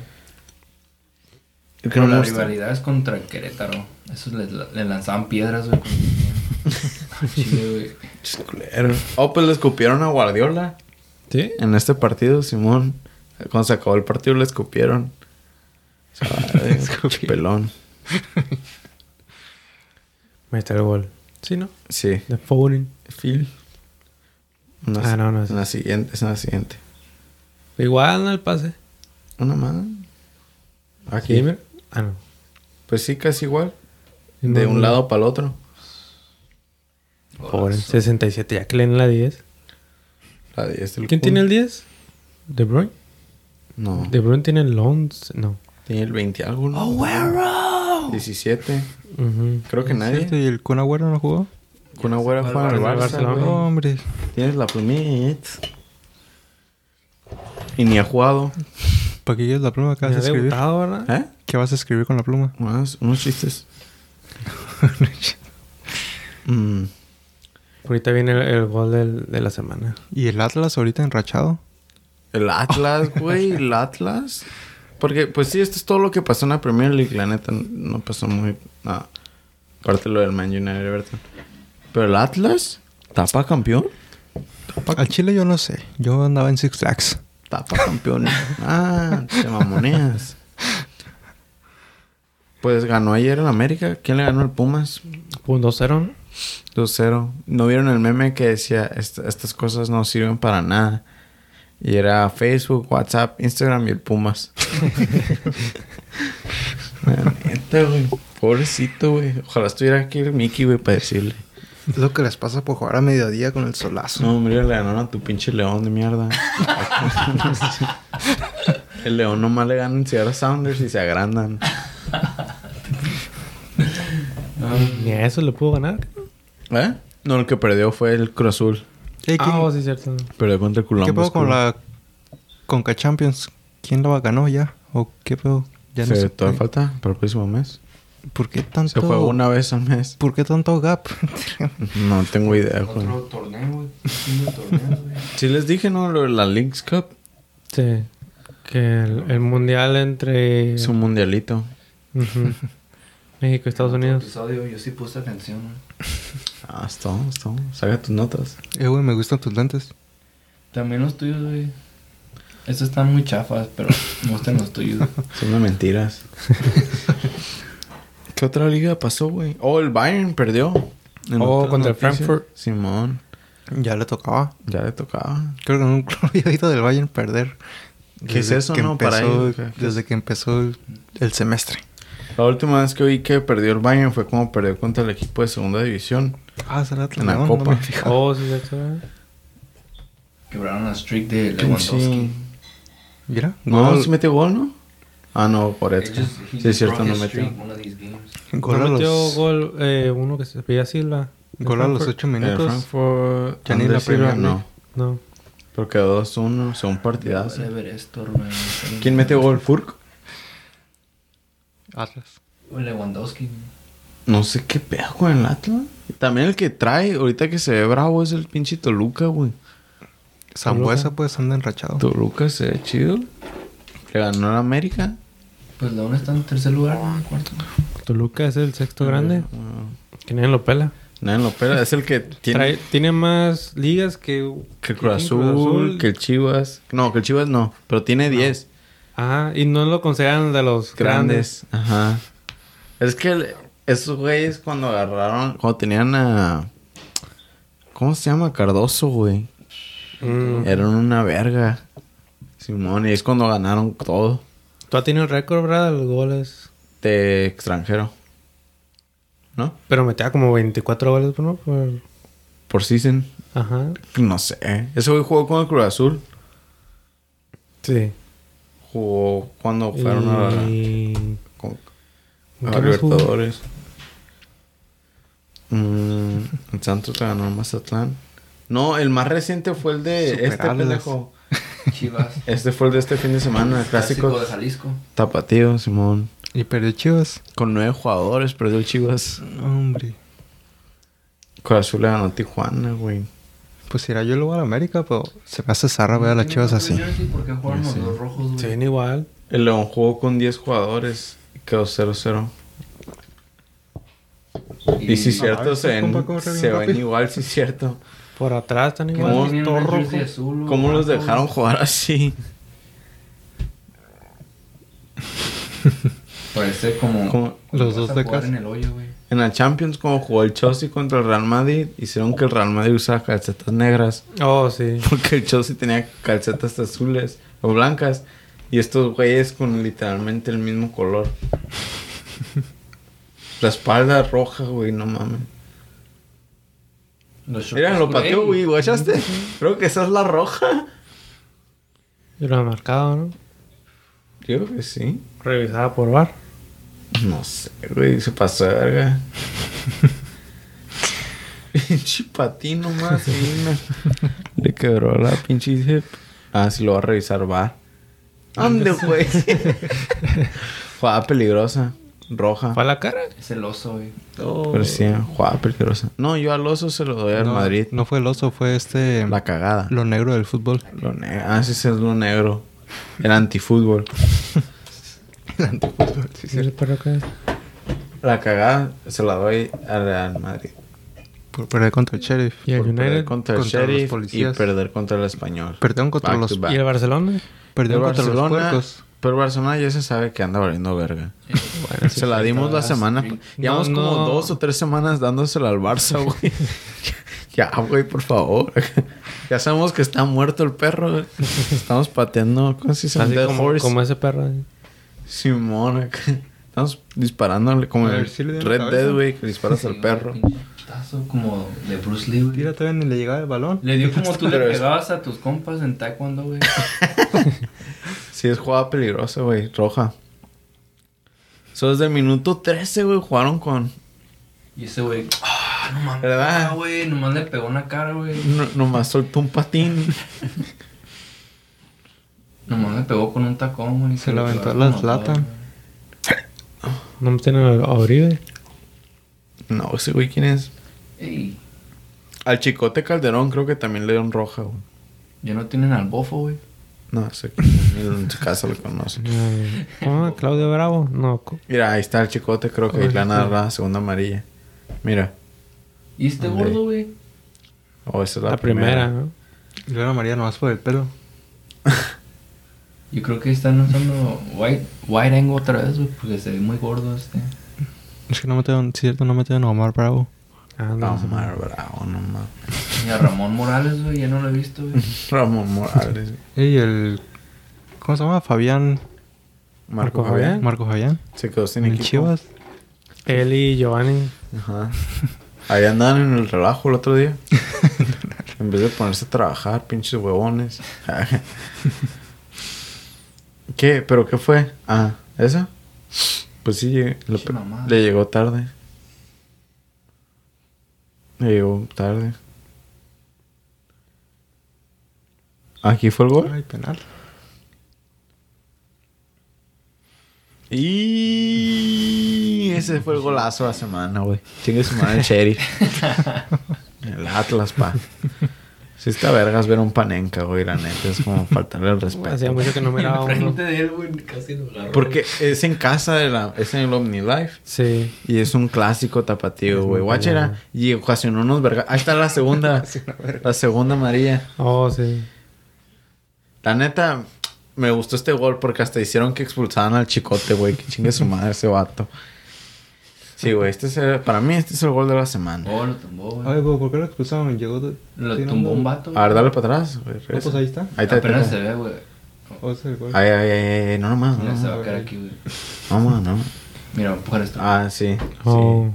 Speaker 2: El que
Speaker 4: Pero
Speaker 2: no me
Speaker 4: la
Speaker 2: gusta-
Speaker 4: rivalidad es contra Querétaro. Esos le, le lanzaban piedras, güey. con- Chile, güey.
Speaker 2: Es culero. Oh, pues le escupieron a Guardiola.
Speaker 3: ¿Sí?
Speaker 2: En este partido, Simón, cuando se acabó el partido, le escupieron. O sea, eh, Pelón.
Speaker 3: Ahí está el gol. Sí, ¿no?
Speaker 2: Sí.
Speaker 3: De Foden.
Speaker 2: Phil. Una,
Speaker 3: Ah, no, no es-
Speaker 2: una siguiente, es una siguiente.
Speaker 3: Igual no el pase.
Speaker 2: Una más. Aquí.
Speaker 3: Sí, mira. Ah, no.
Speaker 2: Pues sí, casi igual.
Speaker 3: No,
Speaker 2: De un
Speaker 3: no.
Speaker 2: lado para el otro.
Speaker 3: Foden. 67. Ya que le den la 10.
Speaker 2: La 10 del
Speaker 3: ¿Quién
Speaker 2: Kun.
Speaker 3: tiene el 10? ¿De Bruyne?
Speaker 2: No.
Speaker 3: De Bruyne tiene el 11. No.
Speaker 2: Tiene el 20 algo. ¿no? 17.
Speaker 3: Ujú.
Speaker 2: Creo que
Speaker 1: ¿Cierto?
Speaker 2: nadie.
Speaker 1: ¿Y el Kun Agüero no jugó?
Speaker 2: Con una güera juega en el
Speaker 3: Al
Speaker 2: Barça,
Speaker 3: Barcelona.
Speaker 2: güey.
Speaker 1: No, hombre.
Speaker 2: Tienes la plumita. Y ni ha jugado.
Speaker 1: ¿Para qué quieres la pluma que
Speaker 3: Ya
Speaker 1: vas a
Speaker 3: ha
Speaker 1: escribir?
Speaker 3: debutado, ¿verdad?
Speaker 2: ¿Eh?
Speaker 1: ¿Qué vas a escribir con la pluma?
Speaker 2: Más, unos chistes. Mm,
Speaker 3: Ahorita viene el, el gol del- de la semana.
Speaker 1: ¿Y el Atlas ahorita enrachado?
Speaker 2: El Atlas, güey, el Atlas. Porque, pues sí, esto es todo lo que pasó en la Premier League. La neta, no pasó muy nada. Aparte lo del Man United Everton. Pero el Atlas, tapa campeón.
Speaker 1: Al Chile yo no sé. Yo andaba en Six Flags.
Speaker 2: Tapa campeón. Ah, te mamoneas. Pues ganó ayer en América. ¿Quién le ganó al Pumas?
Speaker 3: Punto 0, ¿no?
Speaker 2: 2-0. ¿No vieron el meme que decía "Est- estas cosas no sirven para nada? Y era Facebook, WhatsApp, Instagram y el Pumas. La neta, güey. Pobrecito, güey. Ojalá estuviera aquí el Mickey, güey, para decirle.
Speaker 1: Es lo que les pasa por jugar a mediodía con el solazo.
Speaker 2: No, mira, le ganaron a tu pinche león de mierda. el león nomás le ganan si ahora Sounders y se agrandan.
Speaker 3: Ni a eso le pudo ganar.
Speaker 2: ¿Eh? No, el que perdió fue el Cruz Azul.
Speaker 1: Ey, ¿quién-
Speaker 3: Ah, oh, sí, cierto.
Speaker 2: Perdió contra el Columbus.
Speaker 1: ¿Qué pedo con
Speaker 2: Crew.
Speaker 1: la Conca Champions? ¿Quién la ganó ya? ¿O qué pedo? Ya no
Speaker 2: Sí,
Speaker 1: sé.
Speaker 2: todavía falta para el próximo mes.
Speaker 1: ¿Por qué tanto?
Speaker 2: Se juega una vez al mes.
Speaker 1: ¿Por qué tanto gap?
Speaker 2: No tengo idea, güey.
Speaker 4: Otro torneo, güey. Otro torneo, güey.
Speaker 2: Sí les dije, ¿no? Lo de la Leagues Cup.
Speaker 3: Sí. Que el, el mundial entre.
Speaker 2: Es un mundialito.
Speaker 3: Ujú. México, Estados
Speaker 4: En otro
Speaker 3: Unidos.
Speaker 4: episodio yo sí puse atención, güey.
Speaker 2: Ah, está, está. Saca tus notas.
Speaker 1: Eh, güey, me gustan tus lentes.
Speaker 4: También los tuyos, güey. Estos están muy chafas, pero me gustan los tuyos.
Speaker 2: Son unas mentiras. ¿Qué otra liga pasó, güey? Oh, el Bayern perdió. En
Speaker 3: Oh,
Speaker 2: otras
Speaker 3: contra el Frankfurt.
Speaker 2: Simón,
Speaker 1: Ya le tocaba.
Speaker 2: ya le tocaba.
Speaker 1: Creo que nunca lo había oído del Bayern perder.
Speaker 2: ¿Qué es eso, no? Para
Speaker 1: empezó-
Speaker 2: ellos, ¿qué?
Speaker 1: Desde que empezó el, el semestre.
Speaker 2: La última vez que vi que perdió el Bayern fue como perdió contra el equipo de segunda división.
Speaker 1: Ah, será Atlas.
Speaker 2: En la
Speaker 1: no, no
Speaker 2: Copa.
Speaker 1: me he fijado.
Speaker 3: Oh, sí, ya está.
Speaker 4: Quebraron la streak de
Speaker 2: Sí.
Speaker 4: Lewandowski.
Speaker 1: Mira,
Speaker 2: No,
Speaker 1: gol,
Speaker 2: sí metió gol, ¿no? Ah, no, por
Speaker 4: It
Speaker 2: esto.
Speaker 4: just- he
Speaker 2: Sí, es
Speaker 4: just
Speaker 2: cierto,
Speaker 4: broke
Speaker 2: no
Speaker 4: his
Speaker 2: metió.
Speaker 4: streak one of these games.
Speaker 1: gol a
Speaker 3: No metió
Speaker 1: los,
Speaker 3: gol eh, uno que se veía Silva. ¿De
Speaker 1: gol a los
Speaker 3: Frankfurt?
Speaker 1: 8
Speaker 2: El
Speaker 1: minutos.
Speaker 2: Frankfurt.
Speaker 1: Ya ni en la
Speaker 2: Andrés Silva,
Speaker 1: Premier
Speaker 2: no.
Speaker 1: League.
Speaker 3: No.
Speaker 2: Pero quedó 2-1, son partidazo.
Speaker 4: Vale, ver esto, Rubén.
Speaker 2: ¿Quién metió gol? ¿Furk?
Speaker 1: Eh. Atlas.
Speaker 4: Lewandowski.
Speaker 2: No sé qué pedo con el Atlas. También el que trae, ahorita que se ve bravo, es el pinche Toluca, güey.
Speaker 1: Zambuesa, pues, anda enrachado.
Speaker 2: Toluca se ve chido. Le ganó a América.
Speaker 4: Pues la una está en tercer lugar,
Speaker 2: Ah,
Speaker 4: ¿no? En cuarto.
Speaker 3: Toluca es el sexto
Speaker 2: Eh,
Speaker 3: grande. Que nadie lo pela.
Speaker 2: Nadie lo pela. Es el que tiene
Speaker 3: Trae- tiene más ligas que...
Speaker 2: que el Cruz
Speaker 3: que
Speaker 2: Azul, que el Chivas. No, que el Chivas no. Pero tiene 10
Speaker 3: Ajá, Ah, y no lo consideran de los grandes.
Speaker 2: grandes. Ajá. Es que el- esos güeyes cuando agarraron, cuando tenían a. ¿Cómo se llama? Cardoso, güey.
Speaker 3: Mm.
Speaker 2: Eran una verga. Simón, y es cuando ganaron todo.
Speaker 3: Tú has tenido el récord, ¿verdad? De los goles.
Speaker 2: de extranjero. ¿No?
Speaker 3: Pero metía como 24 goles, ¿no? Por-
Speaker 2: Por season.
Speaker 3: Ajá.
Speaker 2: No sé. Ese güey jugó con el Cruz Azul.
Speaker 3: Sí.
Speaker 2: Jugó cuando fueron a,
Speaker 3: Y-
Speaker 2: con-
Speaker 3: ¿con
Speaker 2: a
Speaker 3: quién más jugó?
Speaker 2: Libertadores. Mm, el Santos le ganó al Mazatlán. No, el más reciente fue el de
Speaker 1: Super
Speaker 2: este
Speaker 1: Atlas.
Speaker 2: pendejo.
Speaker 4: Chivas.
Speaker 2: Este fue el de este fin de semana, el clásico.
Speaker 4: de Jalisco.
Speaker 2: Tapatío, Simón.
Speaker 1: Y perdió Chivas.
Speaker 2: Con nueve jugadores, perdió el Chivas.
Speaker 1: Hombre.
Speaker 2: Cruz Azul le ganó a Tijuana, güey.
Speaker 1: Pues irá yo luego a la América, pero se me hace zarra ver a las chivas así.
Speaker 4: ¿Por qué jugaron los dos rojos, güey?
Speaker 3: Se ven igual.
Speaker 2: El León jugó con 10 jugadores. y Quedó 0-0. Y si es cierto,
Speaker 1: Ah,
Speaker 2: se
Speaker 1: compa,
Speaker 2: ven,
Speaker 1: corre bien
Speaker 2: se ven
Speaker 1: rápido.
Speaker 2: igual, si es cierto.
Speaker 3: Por atrás están
Speaker 4: Que
Speaker 3: igual.
Speaker 2: ¿Cómo?
Speaker 4: tenían
Speaker 3: todo
Speaker 4: un jersey
Speaker 3: rojo.
Speaker 4: azul, güey,
Speaker 2: ¿Cómo los
Speaker 4: blanco,
Speaker 2: dejaron
Speaker 4: güey.
Speaker 2: jugar así?
Speaker 4: Parece como...
Speaker 2: Como
Speaker 4: cuando
Speaker 1: los
Speaker 4: vas
Speaker 1: dos
Speaker 4: a
Speaker 1: de
Speaker 4: jugar
Speaker 1: casa.
Speaker 4: en el hoyo, güey.
Speaker 2: en la Champions, cuando jugó el Chelsea contra el Real Madrid, hicieron que el Real Madrid usara calcetas negras.
Speaker 3: Oh, sí.
Speaker 2: Porque el Chelsea tenía calcetas azules o blancas. Y estos güeyes con literalmente el mismo color. La espalda roja, güey, no mames.
Speaker 4: Los
Speaker 2: Mira, lo
Speaker 4: chocos,
Speaker 2: pateó, güey, ¿guachaste? Creo que esa es la roja.
Speaker 3: Yo lo he marcado, ¿no?
Speaker 2: Yo creo que sí.
Speaker 3: Revisada por bar.
Speaker 2: No sé, güey, se pasó de verga. pinche patín nomás, ahí, no. Le quebró la pinche hip. Ah, sí, lo va a revisar, va. ¿Dónde, güey? jugada peligrosa, roja.
Speaker 3: ¿Fue a la cara?
Speaker 4: Es el oso, güey.
Speaker 2: Pero sí, jugada peligrosa. No, yo al oso se lo doy al
Speaker 1: No,
Speaker 2: Madrid.
Speaker 1: No fue el oso, fue este.
Speaker 2: La cagada.
Speaker 1: Lo negro del fútbol.
Speaker 2: Lo ne- ah, sí, ese es lo negro. El antifútbol.
Speaker 3: Sí, el perro que es.
Speaker 2: La cagada se la doy al Real Madrid.
Speaker 1: Por perder contra el sheriff.
Speaker 3: Y el
Speaker 2: por perder
Speaker 3: United.
Speaker 2: contra el
Speaker 1: contra los
Speaker 2: Sheriff y
Speaker 1: policías.
Speaker 2: perder contra el español.
Speaker 1: Perdieron contra
Speaker 2: Back
Speaker 1: los-
Speaker 2: to back.
Speaker 3: ¿Y el Barcelona?
Speaker 1: Perdió
Speaker 2: El
Speaker 1: contra los
Speaker 2: Barcelona-
Speaker 1: puercos.
Speaker 2: Pero Barcelona ya se sabe que anda valiendo verga.
Speaker 3: Eh,
Speaker 2: se la dimos la semana. pa- Llevamos
Speaker 3: No,
Speaker 2: como
Speaker 3: no.
Speaker 2: dos o tres semanas dándosela al Barça, güey. ya, güey, por favor. ya sabemos que está muerto el perro. güey. Estamos pateando. ¿Cómo se dice?
Speaker 3: Así
Speaker 2: Dead
Speaker 3: como,
Speaker 2: horse.
Speaker 3: como ese perro. ¿eh?
Speaker 2: Simón, acá. Estamos disparándole como
Speaker 1: A
Speaker 2: en
Speaker 1: ver, sí le dio en la
Speaker 2: Red
Speaker 1: cabeza.
Speaker 2: Dead, güey, que le disparas
Speaker 4: Sí,
Speaker 2: al
Speaker 4: güey,
Speaker 2: perro.
Speaker 4: pinche putazo como de Bruce Lee, güey.
Speaker 1: todavía ni le llegaba el balón.
Speaker 4: Le dio como tú le
Speaker 2: Pero es-
Speaker 4: pegabas a tus compas en taekwondo, güey.
Speaker 2: Sí, es jugada peligrosa, güey. Roja. Eso desde el minuto 13, güey, jugaron con...
Speaker 4: Y ese güey, ah, no mames,
Speaker 2: ¿Verdad?
Speaker 4: ah, güey, nomás le pegó una cara, güey.
Speaker 2: no- nomás soltó un patín.
Speaker 4: Nomás le pegó con un tacón, güey. y
Speaker 1: Se le
Speaker 4: quedó
Speaker 1: aventó
Speaker 4: así
Speaker 1: la
Speaker 4: como todo,
Speaker 1: Zlatan.
Speaker 4: güey.
Speaker 3: No me tienen a a Oribe.
Speaker 2: No, ese güey, ¿quién es?
Speaker 4: Ey,
Speaker 2: Al Chicote Calderón creo que también le dieron roja, güey.
Speaker 4: ya no tienen al bofo, güey.
Speaker 2: No, ese... En su casa lo conocen.
Speaker 3: Ay, ¿cómo? Claudio Bravo. No, co-
Speaker 2: Mira, ahí está el chicote, creo que ahí le han dado la segunda amarilla. Mira.
Speaker 4: ¿Y este
Speaker 2: Ándale.
Speaker 4: gordo, güey?
Speaker 2: Oh, esa es
Speaker 3: la,
Speaker 2: la,
Speaker 3: primera. ¿no?
Speaker 1: Y luego la María nomás por el pelo.
Speaker 4: Yo creo que están usando White, white Angle otra vez, güey, porque se ve muy gordo este.
Speaker 1: Es que no metieron, cierto, no metieron a Omar Bravo.
Speaker 3: Ah, no,
Speaker 2: No,
Speaker 3: esa-
Speaker 2: Omar Bravo, no mames.
Speaker 4: Y a Ramón Morales, güey, ya no lo he visto, güey.
Speaker 2: Ramón Morales. güey.
Speaker 1: Y el. ¿Cómo se llama? Fabián.
Speaker 2: Marco
Speaker 3: Marco Fabián.
Speaker 2: Fabián.
Speaker 1: Marco Fabián.
Speaker 2: Se quedó sin
Speaker 1: En
Speaker 2: equipo.
Speaker 1: Chivas.
Speaker 3: Él y Giovanni.
Speaker 2: Ajá. Ahí andaban en el trabajo el otro día. en vez de ponerse a trabajar, pinches huevones. ¿Qué? ¿Pero qué fue? Ah, ¿eso? Pues sí, llegué- lo
Speaker 4: Pinche
Speaker 2: pe-
Speaker 4: mamada.
Speaker 2: le llegó tarde. Le llegó tarde. ¿Aquí fue el gol?
Speaker 1: Ay, penal.
Speaker 2: Y ese fue el golazo de la semana, güey. Chingue su madre el sheriff. el Atlas, pa. Sí está vergas ver un panenca, güey, la neta. Es como faltarle el
Speaker 3: Hacía
Speaker 2: respeto.
Speaker 3: mucho que no miraba uno.
Speaker 4: Enfrente de él, güey, casi lo agarró.
Speaker 2: Porque es en casa, de la, es en el OmniLife.
Speaker 3: Sí.
Speaker 2: Y es un clásico tapatío, güey. Guachera. Y ocasionó unos vergas. Ahí está la segunda. la segunda amarilla.
Speaker 3: Oh, sí.
Speaker 2: La neta, me gustó este gol porque hasta hicieron que expulsaran al chicote, güey. Que chingue su madre ese vato. Sí, güey. Este es el- para mí este es el gol de la semana.
Speaker 4: Oh, lo tumbó, güey.
Speaker 1: Ay, güey, ¿por qué lo expulsaron? Llegó. de-
Speaker 4: Lo
Speaker 1: tiene
Speaker 4: tumbó un
Speaker 1: gol.
Speaker 4: vato.
Speaker 2: A ver, dale para atrás. güey,
Speaker 1: No,
Speaker 2: regresa.
Speaker 1: pues ahí está.
Speaker 2: Ahí Ah, está. ahí
Speaker 4: Apenas
Speaker 2: está.
Speaker 4: se ve, güey.
Speaker 1: O sea, el gol.
Speaker 2: Ay, ay, ay, ay, no nomás.
Speaker 4: Mira, se
Speaker 2: No,
Speaker 4: va a quedar aquí, güey.
Speaker 2: no, no, no.
Speaker 4: Mira, voy a empujar esto.
Speaker 2: Ah, sí.
Speaker 3: Oh.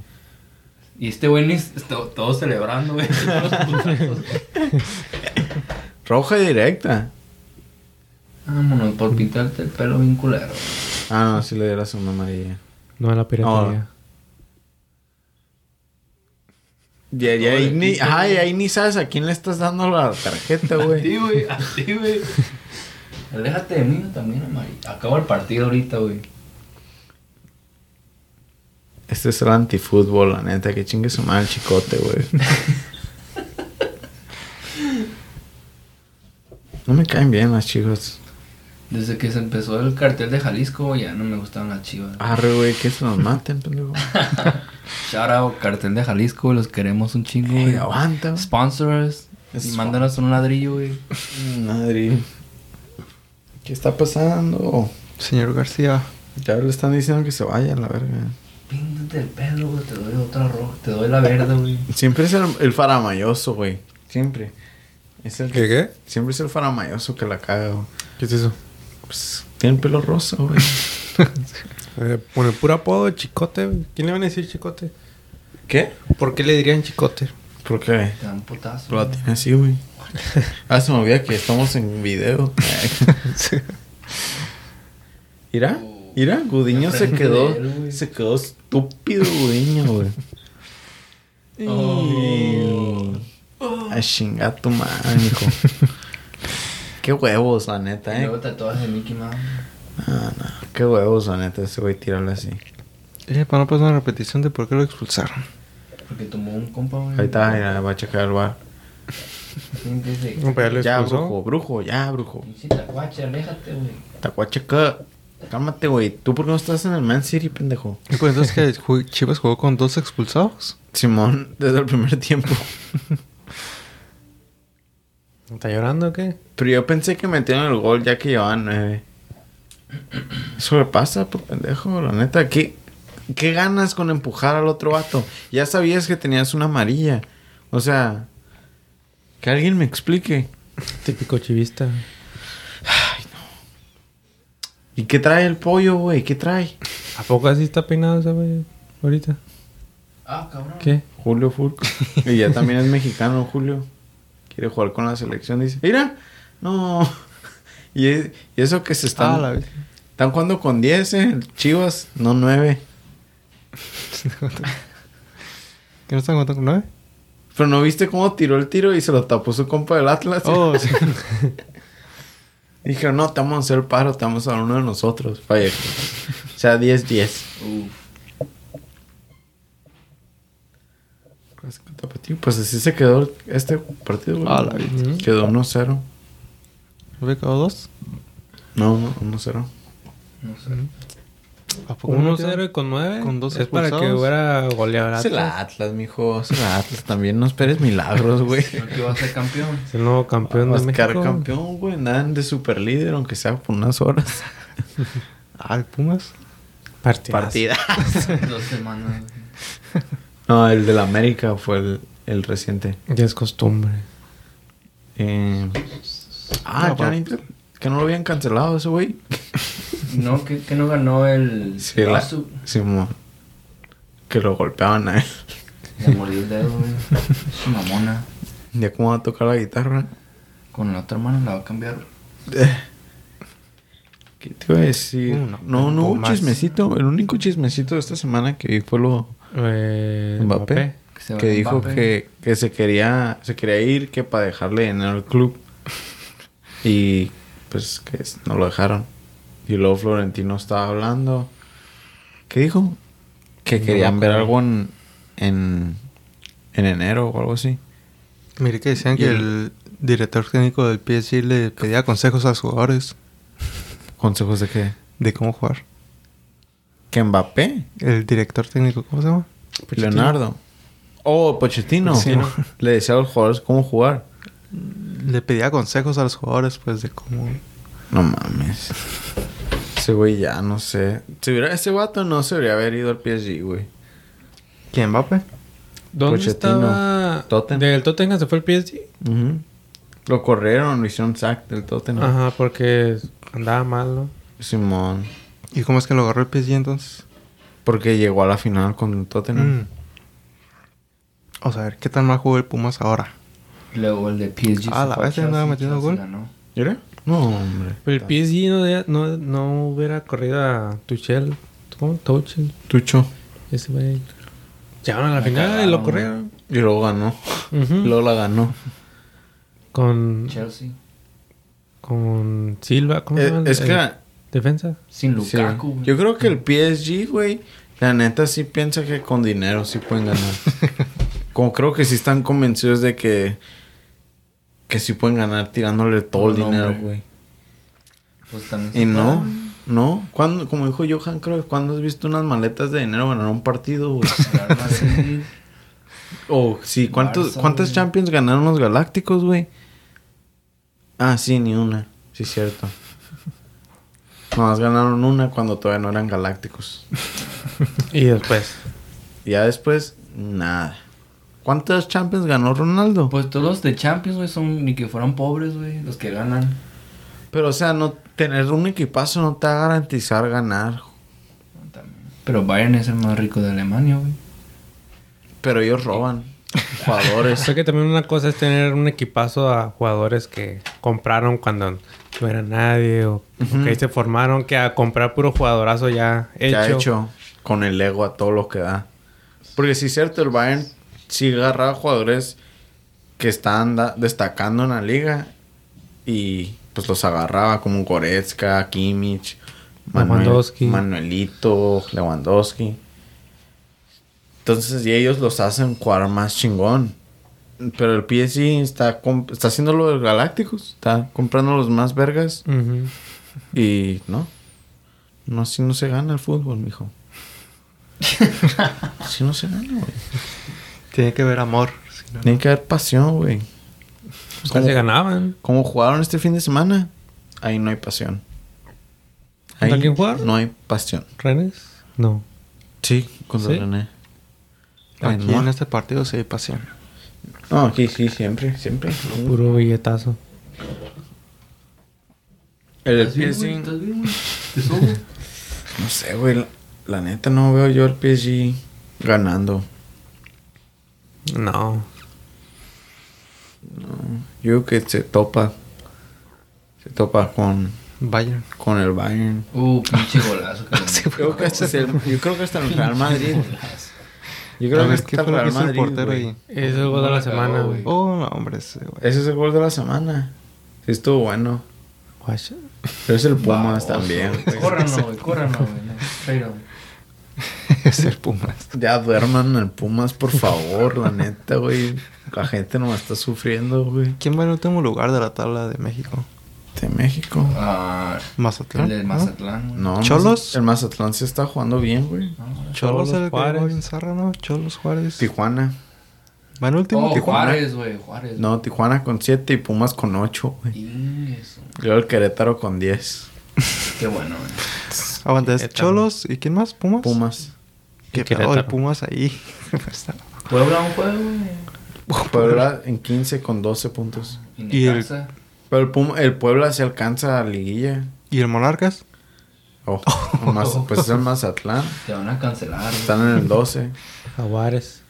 Speaker 4: Y este güey ni está todo celebrando, güey. Todos los putazos, güey.
Speaker 2: sí. Roja y directa.
Speaker 4: Vámonos, por pintarte el pelo bien culero. güey.
Speaker 2: Ah, no, sí le dio la segunda amarilla.
Speaker 3: No a la piratería.
Speaker 2: Y ahí,
Speaker 4: Todo
Speaker 2: ahí
Speaker 4: de
Speaker 2: ni,
Speaker 4: pito,
Speaker 2: ajá, y
Speaker 4: güey.
Speaker 2: ahí ni sabes a quién le estás dando la tarjeta,
Speaker 4: A ti,
Speaker 2: güey.
Speaker 4: güey, a ti, güey. Aléjate de mí también, Amari. Acabo el partido ahorita, güey.
Speaker 2: Este es el antifútbol, la neta. Que chingue su madre el chicote, güey. No me caen bien las chicas.
Speaker 4: Desde que se empezó el cartel de Jalisco, ya no me gustaban las chivas.
Speaker 2: Arre, güey, que se nos maten, pendejo.
Speaker 4: Shout out, cartel de Jalisco, güey, los queremos un chingo,
Speaker 2: Güey,
Speaker 4: güey.
Speaker 2: aguanta, güey.
Speaker 4: Sponsors. Y
Speaker 2: Spon-
Speaker 4: mándanos un ladrillo, güey.
Speaker 2: Madre. ¿Qué está pasando?
Speaker 1: Señor García.
Speaker 2: Ya le están diciendo que se vaya, la verga.
Speaker 4: Píntate el pelo, güey. Te doy otra roja. Te doy la verde, güey.
Speaker 2: Siempre es el, el faramayoso, güey. Siempre. Es el que-
Speaker 1: ¿Qué, qué?
Speaker 2: Siempre es el faramayoso que la caga, güey.
Speaker 3: ¿Qué es eso?
Speaker 2: Pues tiene el pelo rosa, güey.
Speaker 3: Eh, bueno, puro apodo, chicote. ¿Quién le van a decir chicote?
Speaker 2: ¿Qué?
Speaker 3: ¿Por qué le dirían chicote?
Speaker 2: ¿Por qué?
Speaker 4: Te dan putazo.
Speaker 2: Lo
Speaker 4: güey.
Speaker 2: tiene así, güey. Ah, se me olvida que estamos en video. ¿Irá? ¿Irá? Gudiño se
Speaker 4: Enfrente
Speaker 2: quedó.
Speaker 4: de él, güey.
Speaker 2: Se quedó estúpido, Gudiño, güey.
Speaker 4: Oh.
Speaker 2: A chingar tu madre, hijo. Qué huevos, la neta,
Speaker 4: Y luego
Speaker 2: eh.
Speaker 4: tatuajes de Mickey Mouse.
Speaker 2: Ah, no. Qué huevos, la neta, ese güey tirarle así.
Speaker 1: Eh, para no pasar una repetición de por qué lo expulsaron.
Speaker 4: Porque tomó un compa, güey.
Speaker 2: Ahí
Speaker 3: Mm.
Speaker 2: está, eh. mira, va a checar el bar.
Speaker 4: ¿Quién dice?
Speaker 3: No, pero ya lo
Speaker 2: Ya,
Speaker 3: expulsó.
Speaker 2: brujo, brujo, ya, brujo.
Speaker 4: Pinche tacuache, aléjate, güey.
Speaker 2: Tacuacheca. Cálmate, güey. ¿Tú por qué no estás en el Man City, pendejo?
Speaker 1: Y pues entonces que ju- Chivas jugó con dos expulsados.
Speaker 2: Simón, desde el primer tiempo.
Speaker 3: ¿Está llorando o qué?
Speaker 2: Pero yo pensé que metieron el gol ya que llevaban nueve. Eso le pasa por pendejo, la neta. ¿Qué, ¿Qué ganas con empujar al otro vato? Ya sabías que tenías una amarilla. O sea, que alguien me explique.
Speaker 3: Típico chivista.
Speaker 2: ¿Y qué trae el pollo, güey? ¿Qué trae?
Speaker 3: ¿A poco así está peinado ese güey ahorita?
Speaker 4: Ah, cabrón.
Speaker 3: ¿Qué?
Speaker 2: Julio Furco. Y ya también es mexicano, Julio. Quiere jugar con la selección. Dice, mira, no. Y, es- y eso que se están...
Speaker 1: Ah, la vez.
Speaker 2: Están jugando con 10, eh. el Chivas, no 9.
Speaker 1: ¿Que no están jugando con nueve?
Speaker 2: Pero no viste cómo tiró el tiro y se lo tapó su compa del Atlas.
Speaker 1: Oh, sí.
Speaker 2: Dijeron, no, te vamos a hacer el paro, te vamos a dar uno de nosotros. Vaya. O sea, 10-10.
Speaker 4: Uf.
Speaker 2: Pues así se quedó este partido, güey.
Speaker 1: Ah, la vida.
Speaker 2: Quedó 1-0.
Speaker 1: ¿Había quedado dos?
Speaker 2: No, no, 1-0.
Speaker 4: No sé.
Speaker 1: ¿A poco no
Speaker 3: 1-0 y con 9.
Speaker 1: Con dos
Speaker 3: es para que
Speaker 1: expulsados.
Speaker 3: hubiera goleado.
Speaker 2: Es el Atlas, mijo. Es el Atlas. También no esperes milagros, güey.
Speaker 4: Creo que va a ser campeón.
Speaker 3: Es el nuevo campeón de
Speaker 2: Oscar
Speaker 3: México.
Speaker 2: campeón, güey. Nada de super líder, aunque sea por unas horas.
Speaker 1: Ah, el Pumas.
Speaker 3: Partidazo.
Speaker 2: Partida.
Speaker 4: Dos semanas. güey.
Speaker 2: No, el del América fue el, el reciente.
Speaker 3: Ya es costumbre.
Speaker 2: Eh, ah,
Speaker 1: No,
Speaker 2: ya
Speaker 1: pa-
Speaker 2: inter- Que no lo habían cancelado ese güey.
Speaker 4: No, que, que no ganó el.
Speaker 2: Sí, la-
Speaker 4: Su-
Speaker 2: Simón. Que lo golpeaban a él.
Speaker 4: Le mordí el dedo, güey. Su mamona.
Speaker 2: Ya cómo va a tocar la guitarra.
Speaker 4: Con la otra mano la va a cambiar.
Speaker 2: ¿Qué te iba a decir?
Speaker 1: Uh, no,
Speaker 2: no, no hubo
Speaker 1: más.
Speaker 2: chismecito. El único chismecito de esta semana que vi fue lo
Speaker 3: Eh,
Speaker 2: Mbappé.
Speaker 3: Mbappé.
Speaker 4: Que se va
Speaker 2: que
Speaker 4: con
Speaker 2: dijo
Speaker 4: Mbappé.
Speaker 2: que, que se quería se quería ir que para dejarle en el club y pues que es- no lo dejaron y luego Florentino estaba hablando ¿qué dijo? que
Speaker 3: No
Speaker 2: querían
Speaker 3: me
Speaker 2: ver
Speaker 3: acuerdo.
Speaker 2: algo en, en en enero o algo así
Speaker 1: Miré que decían
Speaker 2: Y-
Speaker 1: que el director técnico del PSG le pedía consejos a los jugadores
Speaker 2: consejos de qué
Speaker 1: de cómo jugar.
Speaker 2: que Mbappé
Speaker 1: El director técnico, ¿cómo se llama?
Speaker 2: Leonardo oh Pochettino
Speaker 1: Pochettino.
Speaker 2: le decía a los jugadores cómo jugar
Speaker 1: Le pedía consejos a los jugadores, pues, de cómo...
Speaker 2: No mames. Ese güey ya, no sé. Si hubiera ese vato, no se debería haber ido al PSG, güey.
Speaker 1: ¿Quién, Mbappé?
Speaker 3: ¿Dónde
Speaker 2: Pochettino.
Speaker 3: estaba?
Speaker 2: Tottenham.
Speaker 3: Del Tottenham se fue el PSG.
Speaker 2: Lo corrieron, lo hicieron sack del Tottenham.
Speaker 3: Ajá, porque andaba mal, ¿no?
Speaker 2: Simón.
Speaker 1: ¿Y cómo es que lo agarró el PSG entonces?
Speaker 2: Porque llegó a la final con el Tottenham.
Speaker 1: Mm. O sea, a ver, ¿qué tan mal jugó el Pumas ahora?
Speaker 4: Luego el de PSG.
Speaker 1: Ah,
Speaker 4: se
Speaker 1: la
Speaker 4: fue a
Speaker 1: vez andaba
Speaker 4: Chelsea,
Speaker 1: metiendo
Speaker 4: Chelsea
Speaker 1: gol.
Speaker 4: ganó.
Speaker 2: ¿Era? No, hombre.
Speaker 3: Pero el PSG no, de- no, no hubiera corrido a Tuchel. ¿Cómo? Tuchel.
Speaker 2: Tucho.
Speaker 3: Ese güey. Llegaron a la
Speaker 4: La
Speaker 3: final y
Speaker 4: cagaron,
Speaker 3: lo corrieron. Mm.
Speaker 2: Y luego ganó.
Speaker 3: Ujú.
Speaker 2: Luego la ganó.
Speaker 3: Con,
Speaker 4: Chelsea.
Speaker 3: con Silva. ¿Cómo se
Speaker 2: Eh,
Speaker 3: llama?
Speaker 2: es
Speaker 3: El-
Speaker 2: que... la-
Speaker 3: Defensa.
Speaker 4: Sin
Speaker 2: sí.
Speaker 4: Lukaku. güey.
Speaker 2: Yo creo que el PSG, güey, la neta sí piensa que con dinero sí pueden ganar. Como creo que sí están convencidos de que... Que sí pueden ganar tirándole todo el
Speaker 4: No,
Speaker 2: dinero,
Speaker 4: hombre.
Speaker 2: güey.
Speaker 4: Pues también se
Speaker 2: Y no,
Speaker 4: paran.
Speaker 2: no. ¿Cuándo, como dijo Johan Cruyff, ¿cuándo has visto unas maletas de dinero ganar un partido? güey?
Speaker 4: Real Madrid,
Speaker 2: o sí, ¿cuántos,
Speaker 4: Barça,
Speaker 2: ¿cuántas
Speaker 4: güey.
Speaker 2: Champions ganaron los Galácticos, güey? Ah, sí, ni una. Sí, cierto. Nomás ganaron una cuando todavía no eran Galácticos.
Speaker 3: Y después.
Speaker 2: Ya después, nada. ¿Cuántas Champions ganó Ronaldo?
Speaker 4: Pues todos los de Champions, güey, son ni que fueran pobres, güey, los que ganan.
Speaker 2: Pero, o sea, no tener un equipazo no te va a garantizar ganar.
Speaker 4: También. Pero Bayern es el más rico de Alemania, güey.
Speaker 2: Pero ellos roban jugadores.
Speaker 3: Sé que también una cosa es tener un equipazo a jugadores que compraron cuando no era nadie o, o que ahí se formaron que a comprar puro jugadorazo ya hecho.
Speaker 2: que ha hecho con el ego a todo lo que da. Porque sí es cierto, el Bayern sí agarra jugadores que están da- destacando en la liga y pues los agarraba como Goretzka, Kimmich, Manuel-
Speaker 3: Lewandowski.
Speaker 2: Manuelito, Lewandowski. Entonces, y ellos los hacen jugar más chingón. Pero el PSG está, comp- está haciendo lo de los Galácticos, está comprando los más vergas
Speaker 3: Ujú.
Speaker 2: y no. No, así no se gana el fútbol, mijo. así no se gana, güey.
Speaker 1: Tiene que ver amor. si no, no.
Speaker 2: Tiene que haber pasión, güey.
Speaker 3: Pues
Speaker 2: ¿Cómo?
Speaker 3: casi ganaban.
Speaker 2: Como jugaron este fin de semana, ahí no hay pasión.
Speaker 3: ¿Contra quién jugaron?
Speaker 2: No hay pasión.
Speaker 3: ¿Rennes? No.
Speaker 2: Sí, contra
Speaker 3: ¿Sí?
Speaker 2: René. Ay,
Speaker 1: Aquí en
Speaker 2: no.
Speaker 1: este partido sí hay pasión.
Speaker 2: no, aquí sí, siempre, siempre.
Speaker 3: Puro billetazo.
Speaker 2: El del
Speaker 4: ¿Estás bien,
Speaker 2: PSG,
Speaker 4: güey? ¿Estás bien, güey? ¿Te sobo?
Speaker 2: no sé, güey. La, la neta no veo yo el PSG ganando.
Speaker 3: No.
Speaker 2: Yo creo que se topa. Se topa con,
Speaker 1: Bayern.
Speaker 2: con el Bayern.
Speaker 4: Uh, pinche golazo, cabrón.
Speaker 2: Yo creo que hasta es el, yo creo que hasta el Real Madrid. Yo
Speaker 1: A
Speaker 2: creo que
Speaker 1: ver, ¿qué
Speaker 2: hasta el
Speaker 1: fue lo que
Speaker 2: Real
Speaker 1: hizo el
Speaker 2: Madrid.
Speaker 1: portero
Speaker 2: güey.
Speaker 1: ahí?
Speaker 3: Es el gol de
Speaker 4: No
Speaker 3: la
Speaker 4: la cagó,
Speaker 3: semana,
Speaker 4: Ah, güey.
Speaker 3: güey.
Speaker 1: Oh, no, hombre, ese güey.
Speaker 2: Ese es el gol de la semana. Sí, estuvo bueno.
Speaker 3: Guacha.
Speaker 2: Pero es el Pumas
Speaker 4: Baboso,
Speaker 2: también.
Speaker 4: güey.
Speaker 2: güey.
Speaker 4: Córranlo, güey, córranlo, güey. no, Pero, güey.
Speaker 1: es el Pumas.
Speaker 2: Ya duerman al Pumas, por favor, la neta, güey. La gente nomás está sufriendo, güey.
Speaker 1: ¿Quién va en último lugar de la tabla de México?
Speaker 2: de México.
Speaker 4: Ah, el
Speaker 1: Mazatlán.
Speaker 4: del
Speaker 1: ¿no?
Speaker 4: Mazatlán, güey.
Speaker 2: No,
Speaker 1: ¿Cholos?
Speaker 2: El Mazatlán se está jugando bien, güey.
Speaker 1: Cholos,
Speaker 3: Cholos
Speaker 1: el que
Speaker 3: Juárez.
Speaker 1: jugó bien zarra, ¿no? Cholos Juárez.
Speaker 2: Tijuana.
Speaker 1: Van último.
Speaker 4: Oh,
Speaker 1: Tijuana.
Speaker 4: Juárez, güey. Juárez.
Speaker 2: No, Tijuana con 7 y Pumas con 8, güey.
Speaker 4: Ingues, güey.
Speaker 2: Luego el Querétaro con 10.
Speaker 4: Qué bueno, güey.
Speaker 1: Aguanta, es
Speaker 3: Querétaro.
Speaker 1: Cholos. ¿Y quién más? Pumas.
Speaker 2: Pumas.
Speaker 1: Qué
Speaker 3: Y
Speaker 1: pedo
Speaker 3: Querétaro.
Speaker 1: de Pumas ahí. Está-
Speaker 4: Puebla un juego, güey.
Speaker 2: Puebla en 15 con 12 puntos.
Speaker 1: Y el-
Speaker 4: Necaxa.
Speaker 2: Pero el, Pum- el Puebla se alcanza a liguilla.
Speaker 1: ¿Y el Monarcas?
Speaker 2: Oh, el Maz- pues es el Mazatlán.
Speaker 4: Te van a cancelar, güey.
Speaker 2: Están en el 12.
Speaker 3: Jaguares,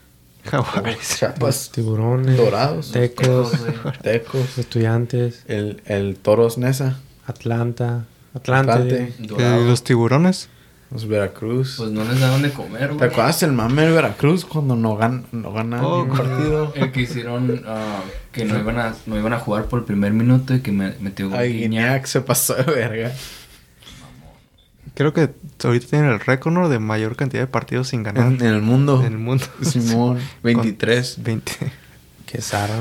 Speaker 1: Jaguares.
Speaker 2: Chapas.
Speaker 3: tiburones,
Speaker 2: Pues, Dorados.
Speaker 3: tecos,
Speaker 4: Tecos, güey.
Speaker 2: Tecos.
Speaker 3: estudiantes,
Speaker 2: El, el Toros Nesa.
Speaker 3: Atlanta, Atlante,
Speaker 2: Atlante.
Speaker 1: Eh,
Speaker 4: Dorados.
Speaker 1: los tiburones.
Speaker 2: Los Veracruz.
Speaker 4: Pues no les daban de comer,
Speaker 2: ¿Te
Speaker 4: güey.
Speaker 2: acuerdas el mame del Veracruz cuando no, gan no ganaban
Speaker 1: Oh,
Speaker 2: ni un partido?
Speaker 4: Mm, El que hicieron ah, que no iban, a, no iban a jugar por el primer minuto y que me, metió gol
Speaker 2: Ay,
Speaker 4: Guiñac.
Speaker 2: Guiñac se pasó de verga.
Speaker 1: Creo que ahorita tienen el récord ¿no? de mayor cantidad de partidos sin ganar
Speaker 2: En,
Speaker 1: en,
Speaker 2: el mundo.
Speaker 1: el mundo.
Speaker 2: Simón. 23.
Speaker 1: Con 20.
Speaker 3: que Sara,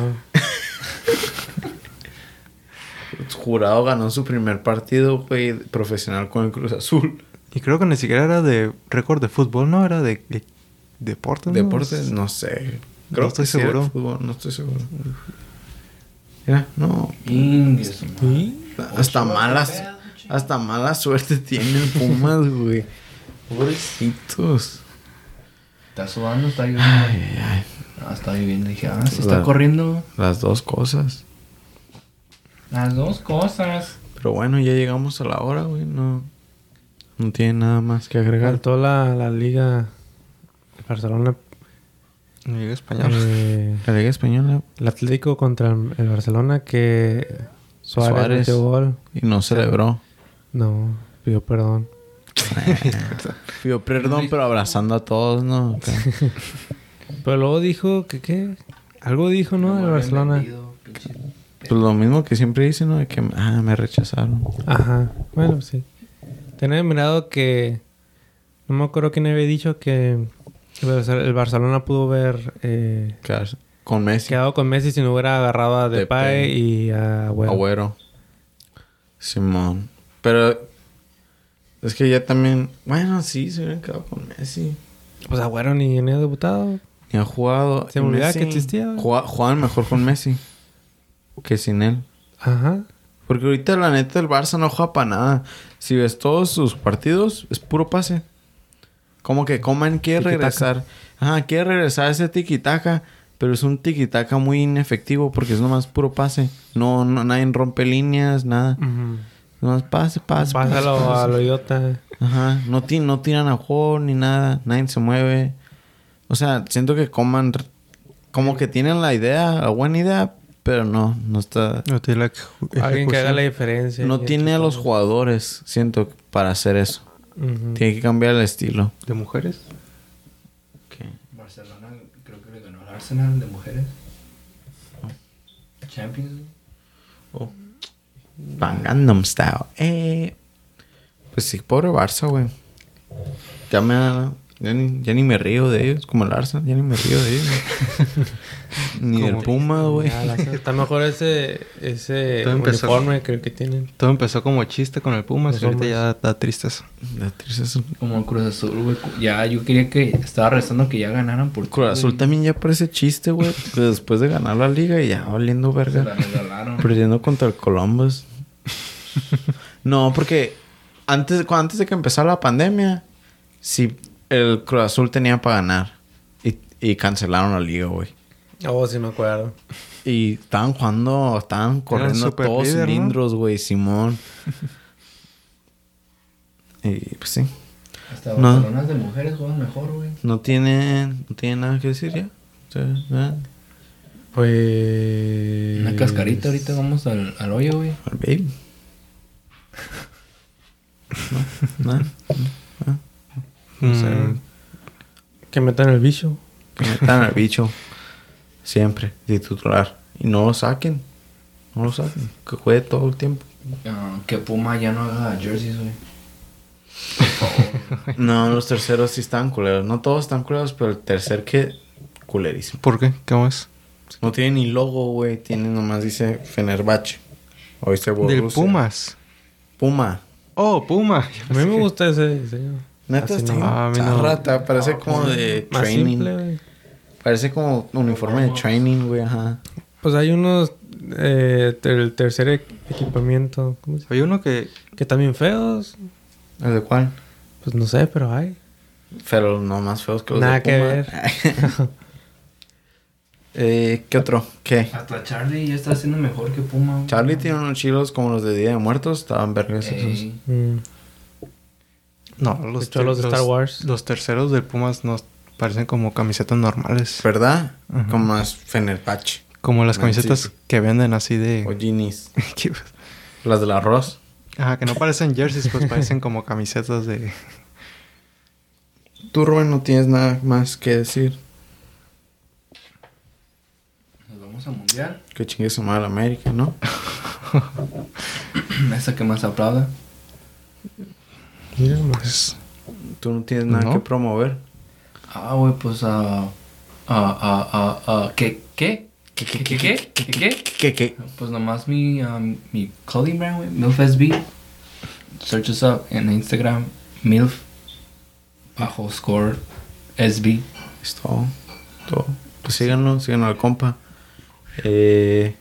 Speaker 2: Jurado ganó su primer partido, güey, profesional con el Cruz Azul.
Speaker 1: Y creo que ni siquiera era de récord de fútbol, ¿no? Era de, de deportes. ¿no?
Speaker 2: Deportes, no sé.
Speaker 1: No
Speaker 2: Creo
Speaker 1: estoy
Speaker 2: que sí era
Speaker 1: seguro.
Speaker 2: fútbol, no estoy seguro. Mira, no.
Speaker 4: Indios,
Speaker 2: Hasta malas. Hasta mala suerte tiene el Pumas, güey. Pobrecitos.
Speaker 4: Está sudando, está lloviendo. Ah, está lloviendo. Dije, ah, se está
Speaker 2: La-
Speaker 4: corriendo.
Speaker 2: Las dos cosas.
Speaker 4: Las dos cosas.
Speaker 2: Pero bueno, ya llegamos a la hora, güey. No, no tiene nada más que agregar.
Speaker 3: faltó la, la liga Barcelona,
Speaker 1: No llega español.
Speaker 3: eh,
Speaker 2: La Liga Española.
Speaker 3: el Atlético contra el, el Barcelona que Suárez,
Speaker 2: Suárez.
Speaker 3: metió gol,
Speaker 2: Y no celebró.
Speaker 3: no, pidió perdón,
Speaker 2: Pido perdón, pero abrazando a todos, ¿no?
Speaker 3: pero luego dijo que qué, algo dijo no, el
Speaker 4: habían
Speaker 3: Barcelona,
Speaker 4: vendido, pinche-
Speaker 2: Pues lo mismo que siempre dicen, ¿no? De que, ah, me rechazaron.
Speaker 3: ajá, bueno pues sí, tenía mirado que no me acuerdo quién había dicho que el Barce- el Barcelona pudo ver eh,
Speaker 2: Quedarse Con Messi.
Speaker 3: quedado con Messi si no hubiera agarrado a Depay
Speaker 2: Depay.
Speaker 3: y a Agüero.
Speaker 2: Agüero. Simón. Pero es que ya también... Bueno, sí, se hubieran quedado con Messi.
Speaker 3: Pues Agüero ni ni ha debutado.
Speaker 2: Y ha jugado...
Speaker 3: Se me olvidaba
Speaker 2: Messi
Speaker 3: que existía, güey.
Speaker 2: Juga- jugaban mejor con Messi que sin él.
Speaker 3: Ajá.
Speaker 2: Porque ahorita la neta el Barça no juega para nada. Si ves todos sus partidos, es puro pase. Como que Coman quiere
Speaker 3: Tiki-taka.
Speaker 2: regresar. Ajá, quiere regresar a ese tiquitaca. Pero es un tiquitaca muy inefectivo porque es nomás puro pase. No, no nadie rompe líneas, nada. Nomás pase, pase.
Speaker 3: Pásalo
Speaker 2: pase, pase.
Speaker 3: a lo idiota.
Speaker 2: Ajá, no, ti- no tiran a juego ni nada. Nadie se mueve. O sea, siento que Coman. r- Como que tienen la idea, la buena idea, pero no, no está.
Speaker 1: No tiene la ejecu-
Speaker 3: Alguien que haga la
Speaker 1: ejecución.
Speaker 3: diferencia.
Speaker 2: No
Speaker 3: Y
Speaker 2: tiene a
Speaker 3: entre
Speaker 2: los
Speaker 3: todos.
Speaker 2: jugadores, siento, para hacer eso.
Speaker 3: Ujú.
Speaker 2: Tiene que cambiar el estilo.
Speaker 1: de mujeres.
Speaker 4: Barcelona creo que le ganó al Arsenal de mujeres. Champions. League.
Speaker 2: Van Gangnam Style. Eh. Pues sí, pobre Barça, güey. Ya me da- Ya ni, ya ni me río de ellos, como el Arsenal, ya ni me río de ellos. güey. ni del Puma, güey.
Speaker 3: Ya, la- Está mejor ese, ese
Speaker 1: Todo empezó.
Speaker 3: uniforme que el que tienen.
Speaker 1: Todo empezó como chiste con el Pumas
Speaker 3: Los
Speaker 1: y ahorita
Speaker 3: hombres.
Speaker 1: ya da tristeza.
Speaker 2: La tristeza.
Speaker 4: Como el Cruz Azul, güey. Ya, yo quería que... Estaba rezando que ya ganaran por
Speaker 2: Cruz Azul también ya parece chiste, güey. que Después de ganar la liga y ya valiendo
Speaker 4: Se la
Speaker 2: verga.
Speaker 4: regalaron.
Speaker 2: Perdiendo contra el Columbus. No, porque antes, cu- antes de que empezara la pandemia, sí, el Cruz Azul tenía para ganar. Y, y cancelaron la liga, güey.
Speaker 3: Oh, sí me acuerdo.
Speaker 2: Y estaban jugando, estaban corriendo
Speaker 1: super
Speaker 2: todos
Speaker 1: líder, ¿no?
Speaker 2: cilindros, güey, Simón. y pues sí.
Speaker 4: Hasta
Speaker 2: No.
Speaker 4: Barcelona de mujeres juegan mejor, güey.
Speaker 2: No tienen, no tienen nada que decir ya. Sí, nada.
Speaker 3: Pues.
Speaker 4: Una cascarita ahorita vamos al, al hoyo, güey.
Speaker 2: Al baby. No, nada.
Speaker 1: Mm,
Speaker 3: Que metan el bicho.
Speaker 2: Que metan al bicho. Siempre, de titular. Y no lo saquen. No lo saquen. Que juegue todo el tiempo.
Speaker 4: Ah, que Puma ya no haga jerseys, güey.
Speaker 2: No, los terceros sí están culeros. No todos están culeros, pero el tercer que culerísimo.
Speaker 1: ¿Por qué? ¿Qué más?
Speaker 2: No tiene ni logo, güey. Tiene nomás dice Fenerbahce. Hoy se borró.
Speaker 1: Del Pumas.
Speaker 2: Puma.
Speaker 1: Oh, Puma.
Speaker 3: A mí me gusta ese diseño.
Speaker 2: Neta
Speaker 3: Así
Speaker 2: está
Speaker 3: nomás.
Speaker 1: Ah, a mí
Speaker 2: está
Speaker 1: no.
Speaker 2: rata. Parece como de
Speaker 3: Más
Speaker 2: training.
Speaker 3: simple, güey.
Speaker 2: Parece como uniforme de training, güey. Ajá.
Speaker 3: Pues hay unos. Eh, el tercer e- equipamiento. ¿cómo se
Speaker 1: Hay uno que.
Speaker 3: llama? Que también feos.
Speaker 2: ¿El de cuál?
Speaker 3: Pues no sé, pero hay.
Speaker 2: Pero no más feos que los
Speaker 3: Nada
Speaker 2: de
Speaker 3: que
Speaker 2: Puma.
Speaker 3: ver.
Speaker 2: eh, ¿Qué otro? ¿Qué?
Speaker 4: Hasta Charlie ya está haciendo mejor que Puma. güey.
Speaker 2: Charlie tiene unos chilos como los de Día de Muertos. Estaban vergas esos.
Speaker 4: Ey,
Speaker 3: Mm.
Speaker 1: No, los,
Speaker 3: hecho, los de Star Wars.
Speaker 1: Los terceros del Pumas nos parecen como camisetas normales.
Speaker 2: ¿Verdad? Como más Fenerbahce
Speaker 1: Como las
Speaker 2: Ah,
Speaker 1: camisetas
Speaker 2: sí.
Speaker 1: que venden así
Speaker 2: o
Speaker 1: de.
Speaker 2: jeans.
Speaker 1: que-
Speaker 2: Las del arroz.
Speaker 1: Ajá, que no parecen jerseys, pues parecen como camisetas de.
Speaker 2: Tú, Rubén, no tienes nada más que decir.
Speaker 4: Nos vamos a mundial.
Speaker 2: Que chingue su madre América, ¿no?
Speaker 4: Esa que más aplauda.
Speaker 3: Mira, nomás.
Speaker 1: Pues.
Speaker 2: Tú no tienes nada
Speaker 1: No.
Speaker 2: que promover.
Speaker 4: Ah, güey, pues a. a, a, a, a- ah, ¿Qué? ¿Qué? ¿Qué? ¿Qué? ¿Qué? ¿Qué? ¿Qué? ¿Qué?
Speaker 2: ¿Qué, qué?
Speaker 4: Pues nomás mi, ah, mi clothing brand, güey, MILF SB. Search us up en Instagram, MILF bajo score SB.
Speaker 2: Es todo. Todo. Pues síganos, síganos al compa. Eh,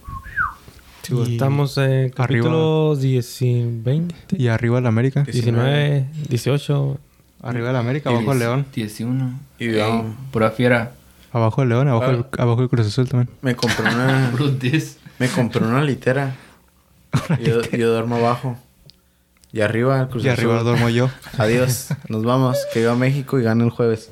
Speaker 1: Sí, güey.
Speaker 3: Estamos en
Speaker 1: Arriba.
Speaker 3: capítulo 10, 20,
Speaker 1: Y arriba el América.
Speaker 3: 19, 18.
Speaker 1: Arriba el América, abajo el
Speaker 4: Diez-
Speaker 1: León.
Speaker 4: 11.
Speaker 2: Y
Speaker 4: Ey,
Speaker 2: veamos.
Speaker 4: Pura fiera.
Speaker 1: Abajo el León, abajo, el,
Speaker 2: Ah.
Speaker 1: abajo el Cruz Azul también.
Speaker 2: me compré una.
Speaker 4: Puro dis.
Speaker 2: me compré una litera. Yo, yo duermo abajo. Y arriba el Cruz
Speaker 1: Y arriba
Speaker 2: Azul.
Speaker 1: duermo yo.
Speaker 2: Adiós. Nos vamos. Que viva México y gane el jueves.